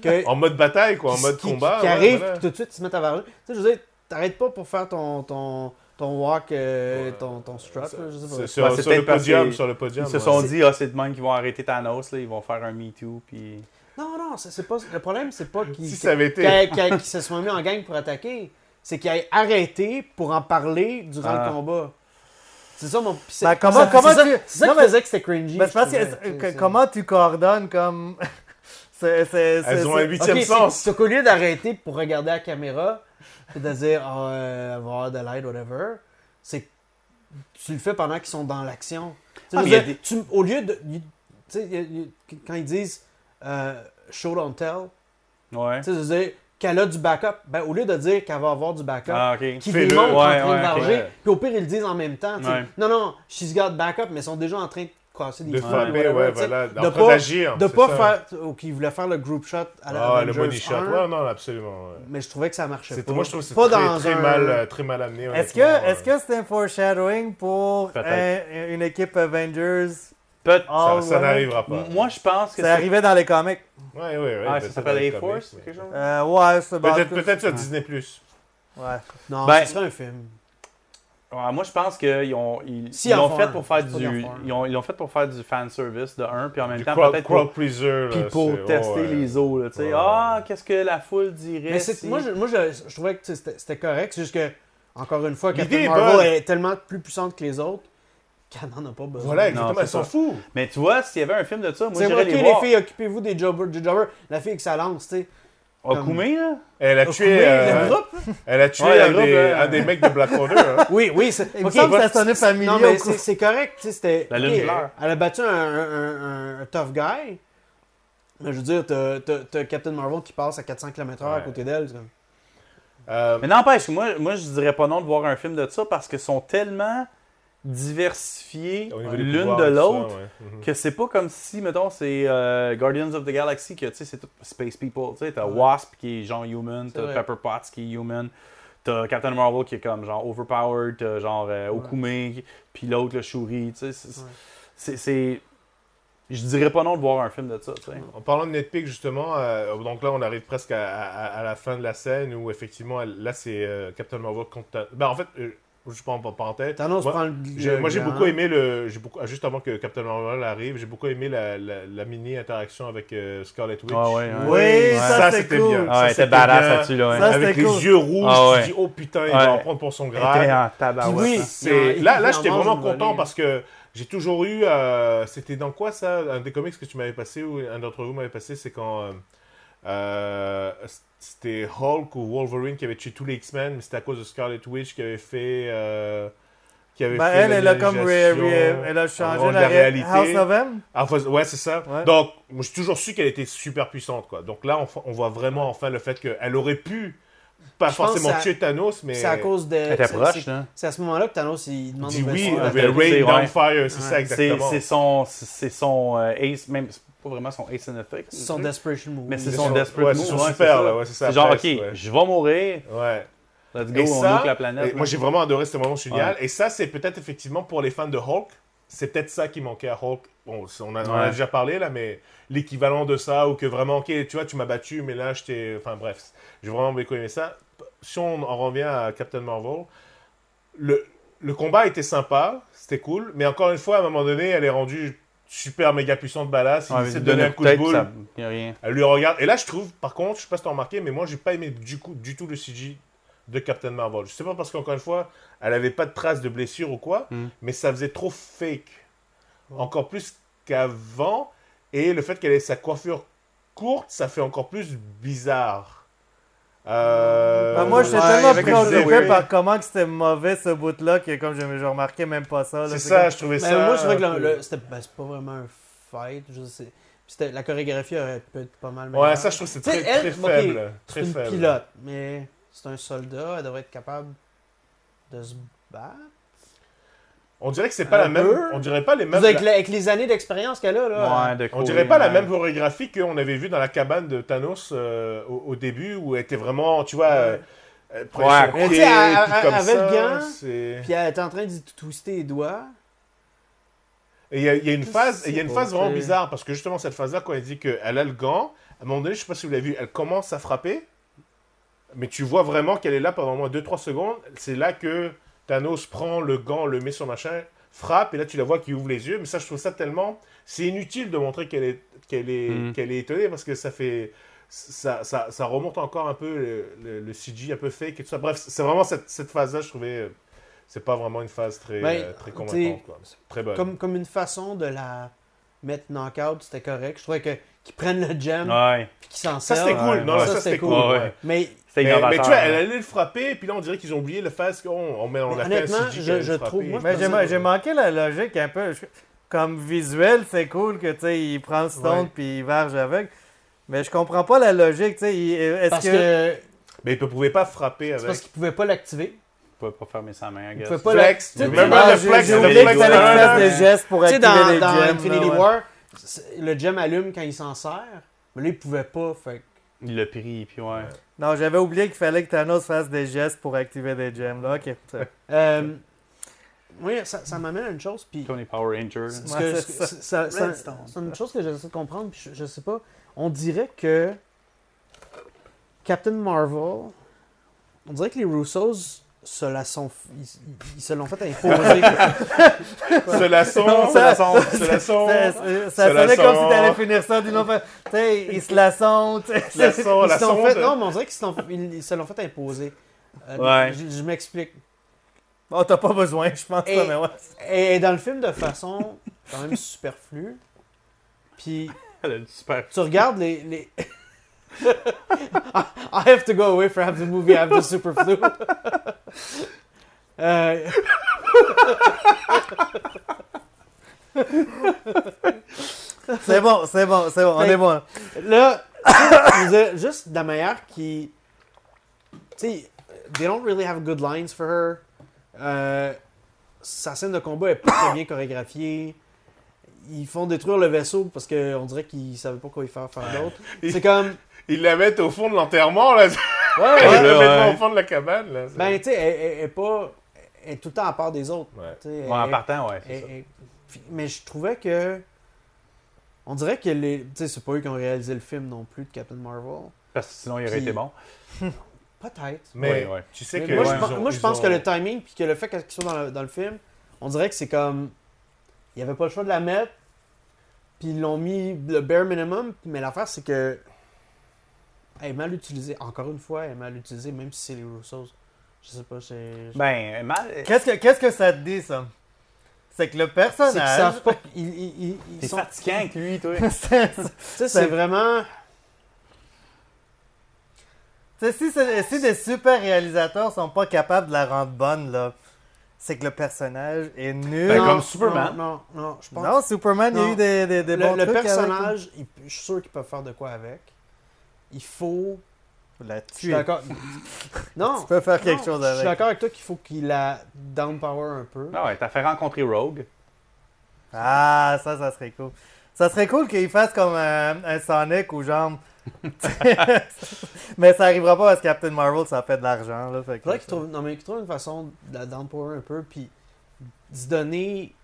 S5: que
S2: En mode bataille, quoi, en mode
S5: qui,
S2: combat.
S5: Qui, qui
S2: ouais,
S5: arrive,
S2: voilà.
S5: puis tout de suite, ils se mettent à varrer. Tu sais, je veux dire, t'arrêtes pas pour faire ton, ton, ton walk, euh,
S2: Ouais.
S5: ton, ton strut, là, je sais pas.
S2: C'est- Sur,
S3: Ouais, c'est
S2: sur le
S3: peut-être parce
S2: podium,
S3: que
S2: sur le podium.
S3: Ils se
S2: ouais.
S3: sont dit, ah, c'est de même qu'ils vont arrêter Thanos, là, ils vont faire un Me Too, puis.
S5: Non, non, c'est- c'est pas... Le problème, c'est pas qu'ils...
S2: Si ça avait été.
S5: Qu'ils qu'ils- qu'ils se soient mis en gang pour attaquer. C'est qu'ils aient arrêté pour en parler durant
S3: Ah.
S5: le combat. C'est ça mon... pis c'est-
S4: Ben,
S5: c'est
S4: comment-
S5: ça-
S4: comment
S5: c'est ça-
S4: tu-
S5: C'est ça
S4: Non,
S5: qui
S4: mais-
S5: faisait que c'était cringy.
S4: Ben, c'est parce
S5: je
S4: que,
S5: trouvais, tu sais,
S4: que-
S5: c'est-
S4: comment tu coordonnes comme. c'est, c'est, c'est,
S2: Elles ont un
S4: c'est-
S2: huitième
S5: Ok, c'est-
S2: sens.
S5: C'est qu'au lieu d'arrêter pour regarder la caméra, et de dire Ah, euh, avoir de l'aide, whatever, c'est que tu le fais pendant qu'ils sont dans l'action. Tu
S3: Ah,
S5: sais, je
S3: mais
S5: veux
S3: il y a
S5: dire, tu- Au lieu de. il- Tu sais, il y a- il y a- quand ils disent euh, show don't tell,
S3: Ouais.
S5: tu sais, je veux dire, qu'elle a du backup, ben, au lieu de dire qu'elle va avoir du backup,
S3: Ah, ok.
S5: qui
S2: Fais-le.
S5: les montrent en
S3: Ouais,
S5: train
S3: ouais,
S5: de varger,
S3: ok.
S5: puis au pire, ils le disent en même temps. tu sais.
S3: Ouais.
S5: Non, non, she's got backup, mais ils sont déjà en train de casser des
S2: De
S5: fils,
S2: frapper,
S5: whatever,
S2: ouais,
S5: tu sais.
S2: voilà.
S5: de
S2: De
S5: pas-
S2: pas agir.
S5: De
S2: c'est
S5: pas
S2: ça.
S5: faire. Ou qu'ils voulaient faire le group shot à la
S2: Ah, le
S5: Avengers
S2: body shot.
S5: 1.
S2: Ouais, non, absolument. ouais.
S5: Mais je trouvais que ça marchait
S2: C'est-
S5: pas.
S2: Moi, je trouve que c'est
S5: Pas
S2: très,
S5: dans
S2: très
S5: un-
S2: mal, euh, très mal amené.
S4: Est-ce que,
S2: honnêtement,
S4: est-ce
S2: ouais.
S4: que c'est un foreshadowing pour
S3: Peut-être.
S4: un- une équipe Avengers
S3: Peut-
S2: Ça,
S4: all
S2: ça
S4: women?
S5: Ah
S2: n'arrivera
S5: bah,
S2: pas.
S3: Moi, je pense que
S4: C'est arrivé dans les comics.
S2: Ouais, ouais, ouais.
S3: Ah, ça
S2: peut-être
S3: s'appelle
S2: dans les
S3: A-Force
S2: comics,
S3: quelque chose?
S4: Euh, ouais, c'est
S2: mais-
S4: bon,
S2: Peut-être
S4: en tout
S2: peut-être sur Disney+.
S4: cas, Ouais.
S5: Non,
S3: Ben-
S5: ce serait un film.
S3: Ouais, moi, je pense qu'ils ont, ils,
S5: Si,
S3: ils
S5: en
S3: l'ont
S5: font
S3: fait
S5: un,
S3: pour faire
S5: c'est pas
S3: du,
S5: d'en faire un.
S3: ils ont, ils l'ont fait pour faire du fan service de un, puis en même
S2: Du
S3: temps
S2: crowd-
S3: peut-être
S2: crowd
S3: pour,
S2: pleaser. là,
S3: puis pour
S2: c'est-
S3: tester
S2: ouais.
S3: les eaux, là, tu sais.
S2: Ouais.
S3: Ah, qu'est-ce que la foule dirait
S5: Mais c'est-
S3: si-
S5: moi, je, moi je, je trouvais que tu sais, c'était c'était correct. C'est juste que, encore une fois,
S2: L'idée
S5: Captain
S2: est
S5: Marvel
S2: bonne.
S5: est tellement plus puissante que les autres qu'elle n'en a pas besoin.
S2: Voilà,
S3: Non,
S2: exactement.
S3: c'est
S2: Elle s'en
S3: ça.
S2: fout.
S3: Mais tu vois, s'il y avait un film de ça, moi
S5: C'est
S3: j'irais
S5: ok,
S3: les
S5: les
S3: voir.
S5: filles, occupez-vous des jobbers, des jobbers. La fille avec sa lance, tu sais.
S3: Okume, Ah, là.
S2: Elle a
S5: Occupez
S2: tué, euh,
S5: le groupe.
S2: elle a tué
S3: Ouais, le
S2: un,
S3: groupe,
S2: des,
S3: euh,
S2: un des mecs de Black Order. hein.
S5: Oui, oui. c'est-
S4: Il me
S5: ok,
S4: semble que
S5: va-
S4: ça sonnait familier
S5: Non,
S4: au
S5: mais
S4: coup.
S5: c'est c'est correct. tu sais, c'était-
S3: La lune
S5: ok,
S3: pleure.
S5: Elle a battu un, un- un- un tough guy. Mais je veux dire, t'as- t'as t'as Captain Marvel qui passe à 400 km/h à
S2: Ouais.
S5: côté d'elle. c'est comme-
S2: Euh,
S3: Mais n'empêche, moi, moi je dirais pas non de voir un film de ça parce qu'ils sont tellement diversifiés
S2: au niveau des
S3: l'une
S2: pouvoirs,
S3: de
S2: tout ça,
S3: l'autre
S2: ouais. Mhm.
S3: que c'est pas comme si, mettons, c'est euh, Guardians of the Galaxy, que tu sais, c'est tout Space People. Tu sais, t'as
S5: Ouais.
S3: Wasp qui est genre human,
S5: C'est
S3: t'as
S5: vrai.
S3: Pepper Potts qui est human, t'as Captain Marvel qui est comme genre overpowered, t'as genre euh, Okume, puis l'autre, le Shuri. Tu sais, c'est-
S5: Ouais.
S3: c'est. c'est- Je dirais pas non de voir un film de ça, tu sais.
S2: En parlant de Netflix, justement, euh, donc là, on arrive presque à, à- à la fin de la scène où, effectivement, elle- là, c'est euh, Captain Marvel contre... Tha- Ben, en fait, euh, je prends pas parenthèse.
S5: Thanos
S2: Moi-
S5: prend le.
S2: J'ai-
S5: le
S2: moi j'ai
S5: grand.
S2: beaucoup aimé le j'ai beaucoup ah, juste avant que Captain Marvel arrive j'ai beaucoup aimé la, la, mini interaction avec euh, Scarlet Witch
S3: Ah ouais,
S4: Oui,
S3: ouais.
S4: ça,
S2: ça,
S4: c'était
S2: c'était
S4: cool.
S2: bien.
S3: Ah ouais,
S2: Ça,
S3: était
S2: c'était
S3: badass
S2: bien.
S3: là-dessus, là. hein. ouais.
S4: Ça,
S2: avec
S4: c'était
S2: les
S4: cool.
S2: yeux rouges
S3: Ah ouais.
S2: tu dis oh putain il
S3: Ouais.
S2: va en prendre pour son
S3: Elle était
S2: grade
S3: en tabarouette.
S5: Oui.
S3: hein.
S2: C'est-
S5: Il en-
S2: là
S5: il
S2: là
S5: en
S2: j'étais
S5: mange
S2: vraiment
S5: une volée,
S2: content
S5: hein.
S2: parce que j'ai toujours eu euh, c'était dans quoi ça un des comics que tu m'avais passé ou un d'entre vous m'avait passé c'est quand euh, euh, c'était Hulk ou Wolverine qui avait tué tous les X-Men mais c'était à cause de Scarlet Witch qui avait fait euh, qui avait
S4: Ben,
S2: fait
S4: elle,
S2: la
S4: elle a comme ré-
S2: réalisation.
S4: ré- elle a
S2: rôle
S4: changé
S2: de
S4: la,
S2: la
S4: ré-
S2: réalité.
S4: House of M.
S2: Ah, enfin, ouais, c'est ça.
S4: Ouais.
S2: Donc, moi, j'ai toujours su qu'elle était super puissante, quoi. Donc là, on, fa- on voit vraiment enfin le fait qu'elle aurait pu, pas
S5: Je pense
S2: forcément
S5: que c'est à-
S2: tuer Thanos, mais.
S5: C'est à cause de.
S3: Elle était
S5: c'est-
S3: proche, hein.
S5: c'est-
S3: là.
S5: C'est à ce moment-là que Thanos il demande
S2: dit
S5: aux
S2: oui,
S5: Vincennes
S3: euh,
S5: de-
S2: avec
S3: c'est-
S2: Rain
S3: ouais.
S2: Down Fire, c'est
S5: Ouais.
S2: ça
S3: C'est
S2: exactement.
S3: c'est son, c'est son euh, ace, même c'est pas vraiment son ace in effect.
S5: son Desperation Move.
S3: Mais c'est
S2: C'est
S3: son
S2: son-
S3: desperate
S2: ouais, c'est
S3: move.
S2: son
S3: ouais,
S2: super, là, ouais, c'est ça,
S3: C'est genre, ok,
S2: presque, ouais.
S3: je vais mourir,
S2: Ouais.
S3: let's
S2: Et
S3: go, on
S2: ça,
S3: nique la
S2: Et
S3: planète.
S2: moi,
S3: là.
S2: j'ai vraiment adoré ce moment génial. Et ça, c'est peut-être effectivement pour les fans de Hulk, c'est peut-être ça qui manquait à Hulk. Bon, c'est- on, a- on en a
S3: Ouais.
S2: déjà parlé là, mais l'équivalent de ça, ou que vraiment, ok, tu vois, tu m'as battu, mais là, je t'ai. Enfin, bref, j'ai vraiment beaucoup aimé ça. Si on en revient à Captain Marvel, le, le combat était sympa, c'était cool, mais encore une fois, à un moment donné, elle est rendue super méga puissante balasse. Il
S3: Ouais, mais
S2: essaie de
S3: lui
S2: donner un coup de
S3: tête,
S2: boule.
S3: ça- y a rien.
S2: Elle lui regarde. Et là, je trouve, par contre, je sais pas si t'as remarqué, mais moi, j'ai pas aimé du, coup, du tout le CG de Captain Marvel. Je sais pas parce qu'encore une fois, elle avait pas de traces de blessure ou quoi,
S3: Mm.
S2: mais ça faisait trop fake. Encore plus qu'avant. Et le fait qu'elle ait sa coiffure courte, ça fait encore plus bizarre. Euh,
S5: Bah,
S4: Ben, moi, j'étais
S5: ouais,
S4: tellement
S5: avec
S4: préoccupé
S2: les yeux.
S4: par comment que c'était mauvais ce bout-là que comme je, je remarquais même pas ça. là.
S2: C'est
S4: C'est
S2: ça, je trouvais
S5: Mais
S2: ça.
S5: moi, je trouvais que
S2: un
S5: le-
S2: peu-
S5: le- c'était ben, c'est pas vraiment un fight. Je sais. C'était- La chorégraphie aurait pu être pas mal meilleure.
S2: Ouais, ça, je trouve que c'est
S5: Tu sais,
S2: très,
S5: elle,
S2: très
S5: ok,
S2: faible.
S5: C'est
S2: Très
S5: une
S2: faible.
S5: pilote, mais c'est un soldat. Elle devrait être capable de se battre.
S2: On dirait que c'est pas
S5: Un
S2: la même.
S5: peu.
S2: On dirait pas les mêmes.
S5: Avec, la- avec les années d'expérience qu'elle a, là.
S3: Ouais, de
S2: On
S3: courir,
S2: dirait pas la
S3: ouais.
S2: même chorégraphie qu'on avait vu dans la cabane de Thanos euh, au, au début où elle était vraiment, tu vois, euh, elle prenait
S3: Ouais,
S2: son
S5: mais tu
S2: pied,
S5: sais, elle-
S2: puis
S5: elle-
S2: comme
S5: elle avait
S2: ça,
S5: le gant,
S2: c'est-
S5: Puis elle est en train de twister les doigts.
S2: Et il y, a- il y a une phase, il y a une
S5: C'est
S2: phase vraiment
S5: ok.
S2: bizarre parce que justement cette phase-là quand elle dit qu'elle a le gant, à un moment donné, je sais pas si vous l'avez vu, elle commence à frapper, mais tu vois vraiment qu'elle est là pendant au moins 2-3 secondes. C'est là que Thanos prend le gant, le met sur machin, frappe et là tu la vois qui ouvre les yeux. Mais ça, je trouve ça tellement, c'est inutile de montrer qu'elle est, qu'elle est,
S3: Mm.
S2: qu'elle est étonnée parce que ça fait ça, ça, ça remonte encore un peu le, le- le CG un peu fake et tout ça. Bref, c'est vraiment cette, cette phase-là, je trouvais, euh, c'est pas vraiment une phase très,
S5: Ben,
S2: euh, très
S5: t'sais,
S2: convaincante. quoi. Très bonne.
S5: Comme, comme une façon de la mettre knock-out, c'était correct. Je trouvais que qu'ils prennent le gem
S3: Ouais,
S5: puis qu'ils s'en
S2: Ça,
S5: servent.
S2: c'était cool. Non,
S3: ouais.
S2: ça, c'était cool.
S3: Ouais, ouais.
S2: ouais.
S5: Mais
S3: c'est
S2: Mais,
S3: innovateur.
S2: mais tu vois, elle
S3: hein.
S2: allait le frapper, et puis là, on dirait qu'ils ont oublié le face qu'on on met on
S5: Mais
S2: a fait un
S5: honnêtement,
S2: CG
S5: je-
S2: qu'elle
S5: je
S2: allait le
S5: trouve-
S2: frapper.
S5: moi, je
S4: Mais j'ai,
S5: pensais-
S4: j'ai manqué la logique un peu. Je- comme visuel, c'est cool que tu sais, il prend le stone
S5: Ouais.
S4: puis il verge avec. Mais je comprends pas la logique, tu sais. il- Est-ce
S5: parce
S4: que... Ah,
S5: que,
S2: Mais ils ne pouvaient pas frapper
S5: c'est
S2: avec.
S5: parce qu'ils pouvaient pas l'activer.
S3: Je pouvais pas fermer sa main, I
S5: Ils
S3: guess.
S5: pouvaient pas
S2: Flex,
S5: l'activer.
S2: remember
S4: Ah,
S2: the
S4: j'ai-
S2: flex,
S4: j'ai
S2: the
S4: oublié
S2: flex
S4: qu'il fallait qu'il
S2: burner.
S4: fasse des gestes pour
S5: Tu sais,
S4: activer
S5: dans,
S4: les
S5: dans
S4: gems,
S5: Infinity
S4: là, ouais.
S5: War, c'est- le gem allume quand il s'en sert. Mais là, il pouvait pas. Fait que-
S3: Il l'a pris, puis ouais.
S4: Non, j'avais oublié qu'il fallait que Thanos fasse des gestes pour activer des gems. Là. Ok. ça.
S5: Euh, oui, ça, ça m'amène à une chose. Puis
S3: Tony Power Ranger.
S5: Ce
S4: Ouais,
S5: que-
S4: c'est
S5: ce- ce- ça- ça-
S4: Redstone.
S5: C'est une chose que j'essaie de comprendre, puis je, je sais pas. On dirait que Captain Marvel, on dirait que les Russos se la sont, f- ils, ils- ils se l'ont fait imposer.
S2: Se la son,
S4: Non,
S2: se la
S4: ça-
S2: son, se la son,
S4: Ça,
S2: se
S4: ça,
S2: se Oh, la
S4: sonnait comme si
S2: sent.
S4: t'allais finir ça d'une autre façon. Tu sais, ils se la sont. tu sais.
S2: la son,
S5: ils
S2: la
S5: se l'ont fait, non,
S2: sonde.
S5: mais on dirait qu'ils se l'ont- ils- ils se l'ont fait imposer. Euh,
S3: Ouais.
S5: Je, je m'explique.
S4: Bon, Oh, t'as pas besoin, je pense.
S5: Et-
S4: ça, mais ouais.
S5: Et dans le film, de façon quand même superflue. Puis
S3: Elle a du super.
S5: tu regardes les. les... I I have to go away for half the movie, I have the superflu. Euh,
S4: C'est bon, c'est bon, c'est bon. On
S5: Mais-
S4: est bon. là.
S5: là, je veux dire, juste de la manière qui. Tu sais, they don't really have good lines for her. Euh, sa scène de combat est pas très bien chorégraphiée. Ils font détruire le vaisseau parce qu'on dirait qu'ils savaient pas quoi y faire faire d'autre. C'est comme.
S2: Ils la mettent au fond de l'enterrement, là. Ils
S5: Ouais,
S2: la
S5: ouais.
S3: là,
S2: mettent
S3: ouais.
S2: au fond de la cabane, là. C'est-
S5: Ben, tu sais, elle, elle- elle est pas. Elle est tout le temps à part des autres.
S2: Ouais.
S5: tu sais,
S3: Ouais, en
S5: elle-
S3: partant, ouais. c'est
S5: Et-
S2: Eh,
S3: ça.
S5: et- puis- mais je trouvais que. On dirait que les. Tu sais, c'est pas eux qui ont réalisé le film non plus de Captain Marvel.
S3: Parce que sinon, il aurait
S5: Puis-
S3: été bon.
S5: Peut-être.
S2: Mais
S3: Ouais, ouais.
S2: tu sais
S5: Mais
S2: que.
S5: moi,
S2: ils
S5: je,
S2: ont-
S5: moi, je
S2: ils
S5: pense
S2: ont-
S5: que le timing puis que le fait qu'ils soit dans le, dans le film, on dirait que c'est comme. Il n'y avait pas le choix de la mettre, puis ils l'ont mis le bare minimum, mais l'affaire, c'est que. Elle est mal utilisée. Encore une fois, elle est mal utilisée, même si c'est les Russos. Je sais pas, c'est.
S3: Ben, mal.
S4: Qu'est-ce que, qu'est-ce que ça te dit, ça? C'est que le
S5: C'est qu'ils
S4: personnage...
S5: savent pas. Ils, ils- ils- ils
S3: T'es
S5: sont-
S3: fatigant avec lui, toi.
S4: C'est-
S5: Tu sais, c'est vraiment.
S4: c'est- si, c'est- si des super réalisateurs sont pas capables de la rendre bonne, là, c'est que le personnage est nul.
S3: Ben,
S5: Non,
S3: comme Superman.
S5: Non, non, non, je pense.
S4: Non, Superman, il y a
S5: Non.
S4: eu des, des, des
S5: le
S4: bons
S5: le
S4: trucs avec-
S5: personnage, il- je suis sûr qu'ils peuvent faire de quoi avec. Il faut.
S4: Faut La
S5: Je suis
S4: tuer.
S5: d'accord. non.
S4: Tu peux faire quelque
S5: Non,
S4: chose
S5: Je
S4: avec.
S5: suis d'accord avec toi qu'il faut qu'il la downpower un peu.
S3: Ah ouais, t'as fait rencontrer Rogue.
S4: Ah, ça, ça serait cool. Ça serait cool qu'il fasse comme un, un Sonic ou genre. Mais ça arrivera pas parce que Captain Marvel, ça fait de l'argent. Là, fait que-
S5: Faudrait qu'il trouve, non, mais qu'il trouve une façon de la downpower un peu, puis de se donner.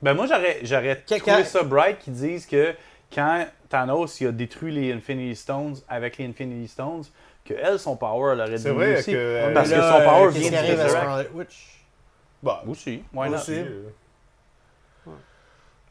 S3: Ben moi j'aurais j'aurais
S5: Que-
S3: trouvé
S5: que-
S3: ça bright qui disent que quand Thanos il a détruit les Infinity Stones avec les Infinity Stones que elle son power elle aurait
S2: C'est
S3: diminué
S2: vrai
S3: aussi.
S2: que. euh,
S3: Parce
S5: Mais
S3: que
S5: là,
S3: son power
S5: qu'est-ce
S3: vient
S5: qui
S3: du
S5: arrive à
S3: Tesseract.
S5: Scarlet Witch.
S2: Bah,
S3: Aussi, why not?
S4: Aussi.
S2: euh,
S5: Ouais.